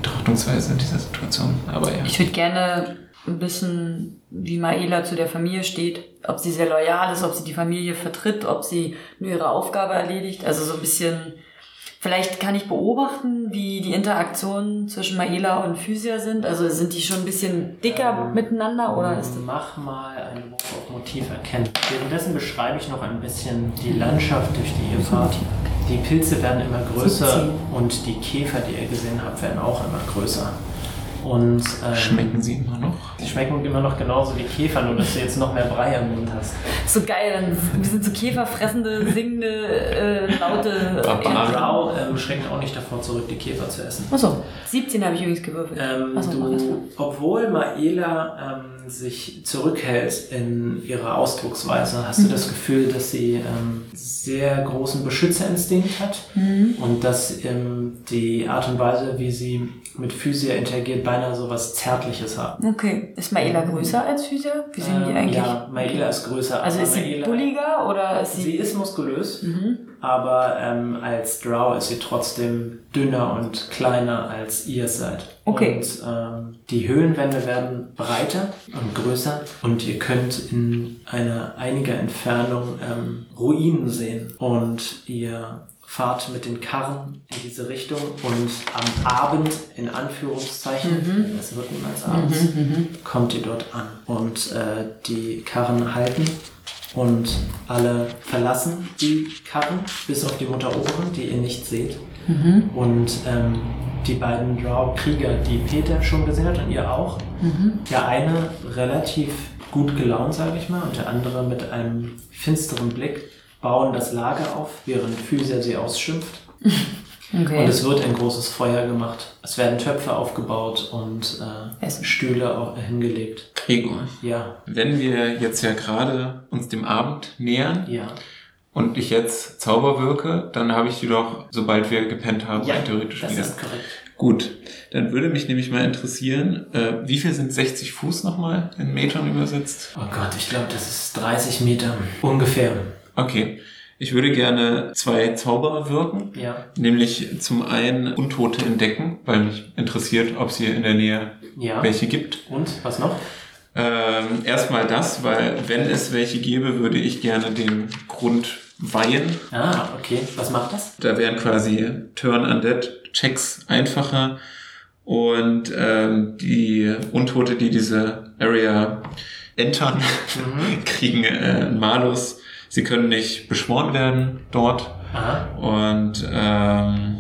S4: Betrachtungsweise dieser Situation. Aber ja.
S1: ich würde gerne wissen, wie Maela zu der Familie steht. Ob sie sehr loyal ist, ob sie die Familie vertritt, ob sie nur ihre Aufgabe erledigt. Also so ein bisschen. Vielleicht kann ich beobachten, wie die Interaktionen zwischen Maela und Physia sind. Also sind die schon ein bisschen dicker
S2: Ähm,
S1: miteinander oder ist das.
S2: Mach mal einen Wurf auf Motiv erkennen. Währenddessen beschreibe ich noch ein bisschen die Landschaft, durch die ihr fahrt. Die Pilze werden immer größer
S1: 17.
S2: und die Käfer, die ihr gesehen habt, werden auch immer größer. Und ähm,
S4: Schmecken sie immer noch?
S2: Die schmecken immer noch genauso wie Käfer, nur dass du jetzt noch mehr Brei im Mund hast.
S1: So geil, dann wir sind so käferfressende, singende, äh, laute.
S4: Barbaren.
S2: Rau ähm, schreckt auch nicht davor zurück, die Käfer zu essen.
S1: Achso, 17 habe ich übrigens gewürfelt.
S2: Ähm,
S1: Achso, mach erst mal.
S2: du, obwohl Maela ähm, sich zurückhält in ihrer Ausdrucksweise, hast
S1: Mhm.
S2: du das Gefühl, dass sie ähm, sehr großen Beschützerinstinkt hat
S1: Mhm.
S2: und dass ähm, die Art und Weise, wie sie mit Physia interagiert, beinahe so was Zärtliches hat.
S1: Okay, ist Maela größer als Physia? Wie sind die
S2: Ähm,
S1: eigentlich?
S2: Ja, Maela ist größer.
S1: also
S2: aber
S1: ist sie
S2: Maela-
S1: bulliger oder ist sie...
S2: Sie ist muskulös,
S1: Mhm.
S2: aber ähm, als Drow ist sie trotzdem dünner und kleiner als ihr seid.
S1: Okay.
S2: Und ähm, die Höhlenwände werden breiter und größer und ihr könnt in einer einiger Entfernung ähm, Ruinen sehen und ihr fahrt mit den Karren in diese Richtung und am Abend, in Anführungszeichen, es wird niemals abends, kommt ihr dort an und äh, die Karren halten und alle verlassen die Karren, bis auf die Mutter Oberin, die ihr nicht seht.
S1: Mhm.
S2: Und ähm, die beiden Drow-Krieger, die Peter schon gesehen hat und ihr auch,
S1: Mhm.
S2: der eine relativ gut gelaunt, sage ich mal, und der andere mit einem finsteren Blick, bauen das Lager auf, während Physia sie ausschimpft.
S1: Okay.
S2: Und es wird ein großes Feuer gemacht. Es werden Töpfe aufgebaut und äh,
S1: Essen.
S2: Stühle auch hingelegt.
S4: Gregor,
S2: Ja,
S4: wenn wir jetzt ja gerade uns dem Abend nähern
S2: ja.
S4: und ich jetzt Zauber wirke, dann habe ich die doch, sobald wir gepennt haben,
S2: Ja,
S4: rein theoretisch
S2: das
S4: wieder.
S2: ist korrekt.
S4: Gut, dann würde mich nämlich mal interessieren, äh, wie viel sind 60 Fuß nochmal in Metern übersetzt?
S2: Oh Gott, ich glaube, das ist 30 Meter. Ungefähr.
S4: Okay, ich würde gerne zwei Zauberer wirken.
S2: Ja,
S4: Nämlich zum einen Untote entdecken, weil mich interessiert, ob es hier in der Nähe
S2: ja.
S4: welche gibt.
S2: Und, was noch?
S4: Ähm, erstmal das, weil wenn es welche gäbe, würde ich gerne den Grund weihen.
S2: Ah, okay. Was macht das?
S4: Da wären quasi Turn Undead Checks einfacher und ähm, die Untote, die diese Area entern,
S2: Mhm.
S4: kriegen äh, einen Malus. Sie können nicht beschworen werden dort
S2: Aha.
S4: und ähm,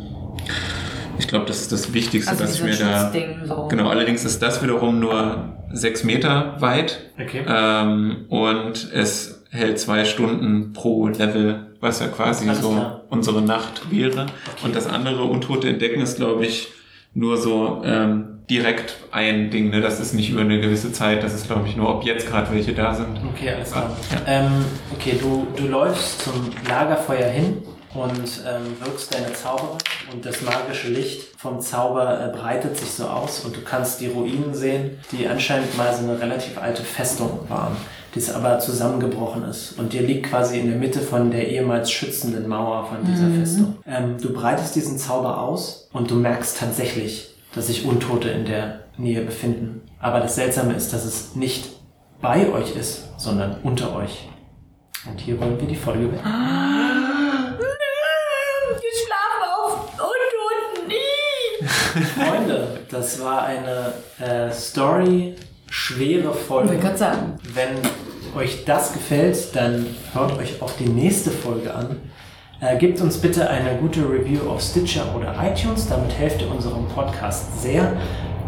S4: ich glaube, das ist das Wichtigste,
S1: Also
S4: dass ich
S1: dieses
S4: mir da...
S1: Schutzding so.
S4: Genau, allerdings ist das wiederum nur sechs Meter weit
S2: Okay.
S4: ähm, und es hält zwei Stunden pro Level, was ja quasi
S2: Alles
S4: so
S2: klar.
S4: unsere Nacht wäre.
S2: Okay.
S4: Und das andere Untote entdecken ist, glaube ich, nur so ähm, direkt ein Ding. Ne? Das ist nicht über eine gewisse Zeit. Das ist, glaube ich, nur, ob jetzt gerade welche da sind.
S2: Okay, alles
S4: Ah,
S2: klar. Ähm, okay, du, du läufst zum Lagerfeuer hin und ähm, wirkst deine Zauber und das magische Licht vom Zauber äh, breitet sich so aus und du kannst die Ruinen sehen, die anscheinend mal so eine relativ alte Festung waren, die es aber zusammengebrochen ist und dir liegt quasi in der Mitte von der ehemals schützenden Mauer von dieser Festung. Ähm, du breitest diesen Zauber aus und du merkst tatsächlich, dass sich Untote in der Nähe befinden. Aber das Seltsame ist, dass es nicht bei euch ist, sondern unter euch. Und hier wollen wir die Folge beenden.
S1: Wir schlafen auf und und nie.
S2: Freunde, das war eine äh, Story, schwere Folge.
S1: Ich kann sagen.
S2: Wenn euch das gefällt, dann hört euch auch die nächste Folge an. Äh, gebt uns bitte eine gute Review auf Stitcher oder iTunes, damit helft ihr unserem Podcast sehr.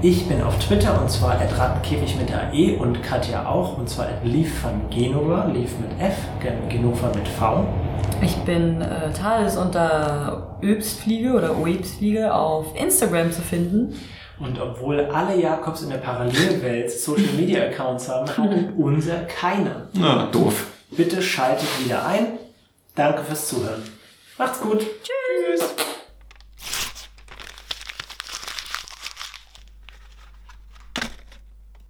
S2: Ich bin auf Twitter und zwar @radkäfig mit AE und Katja auch und zwar @lief von Genova, lief mit F, Gen- Genova mit V.
S1: Ich bin äh, Thales unter Öbstfliege oder Oebstfliege auf Instagram zu finden.
S2: Und obwohl alle Jakobs in der Parallelwelt Social Media Accounts haben, hat unser keiner.
S4: Na, doof.
S2: Bitte schaltet wieder ein. Danke fürs Zuhören. Macht's gut. Tschüss.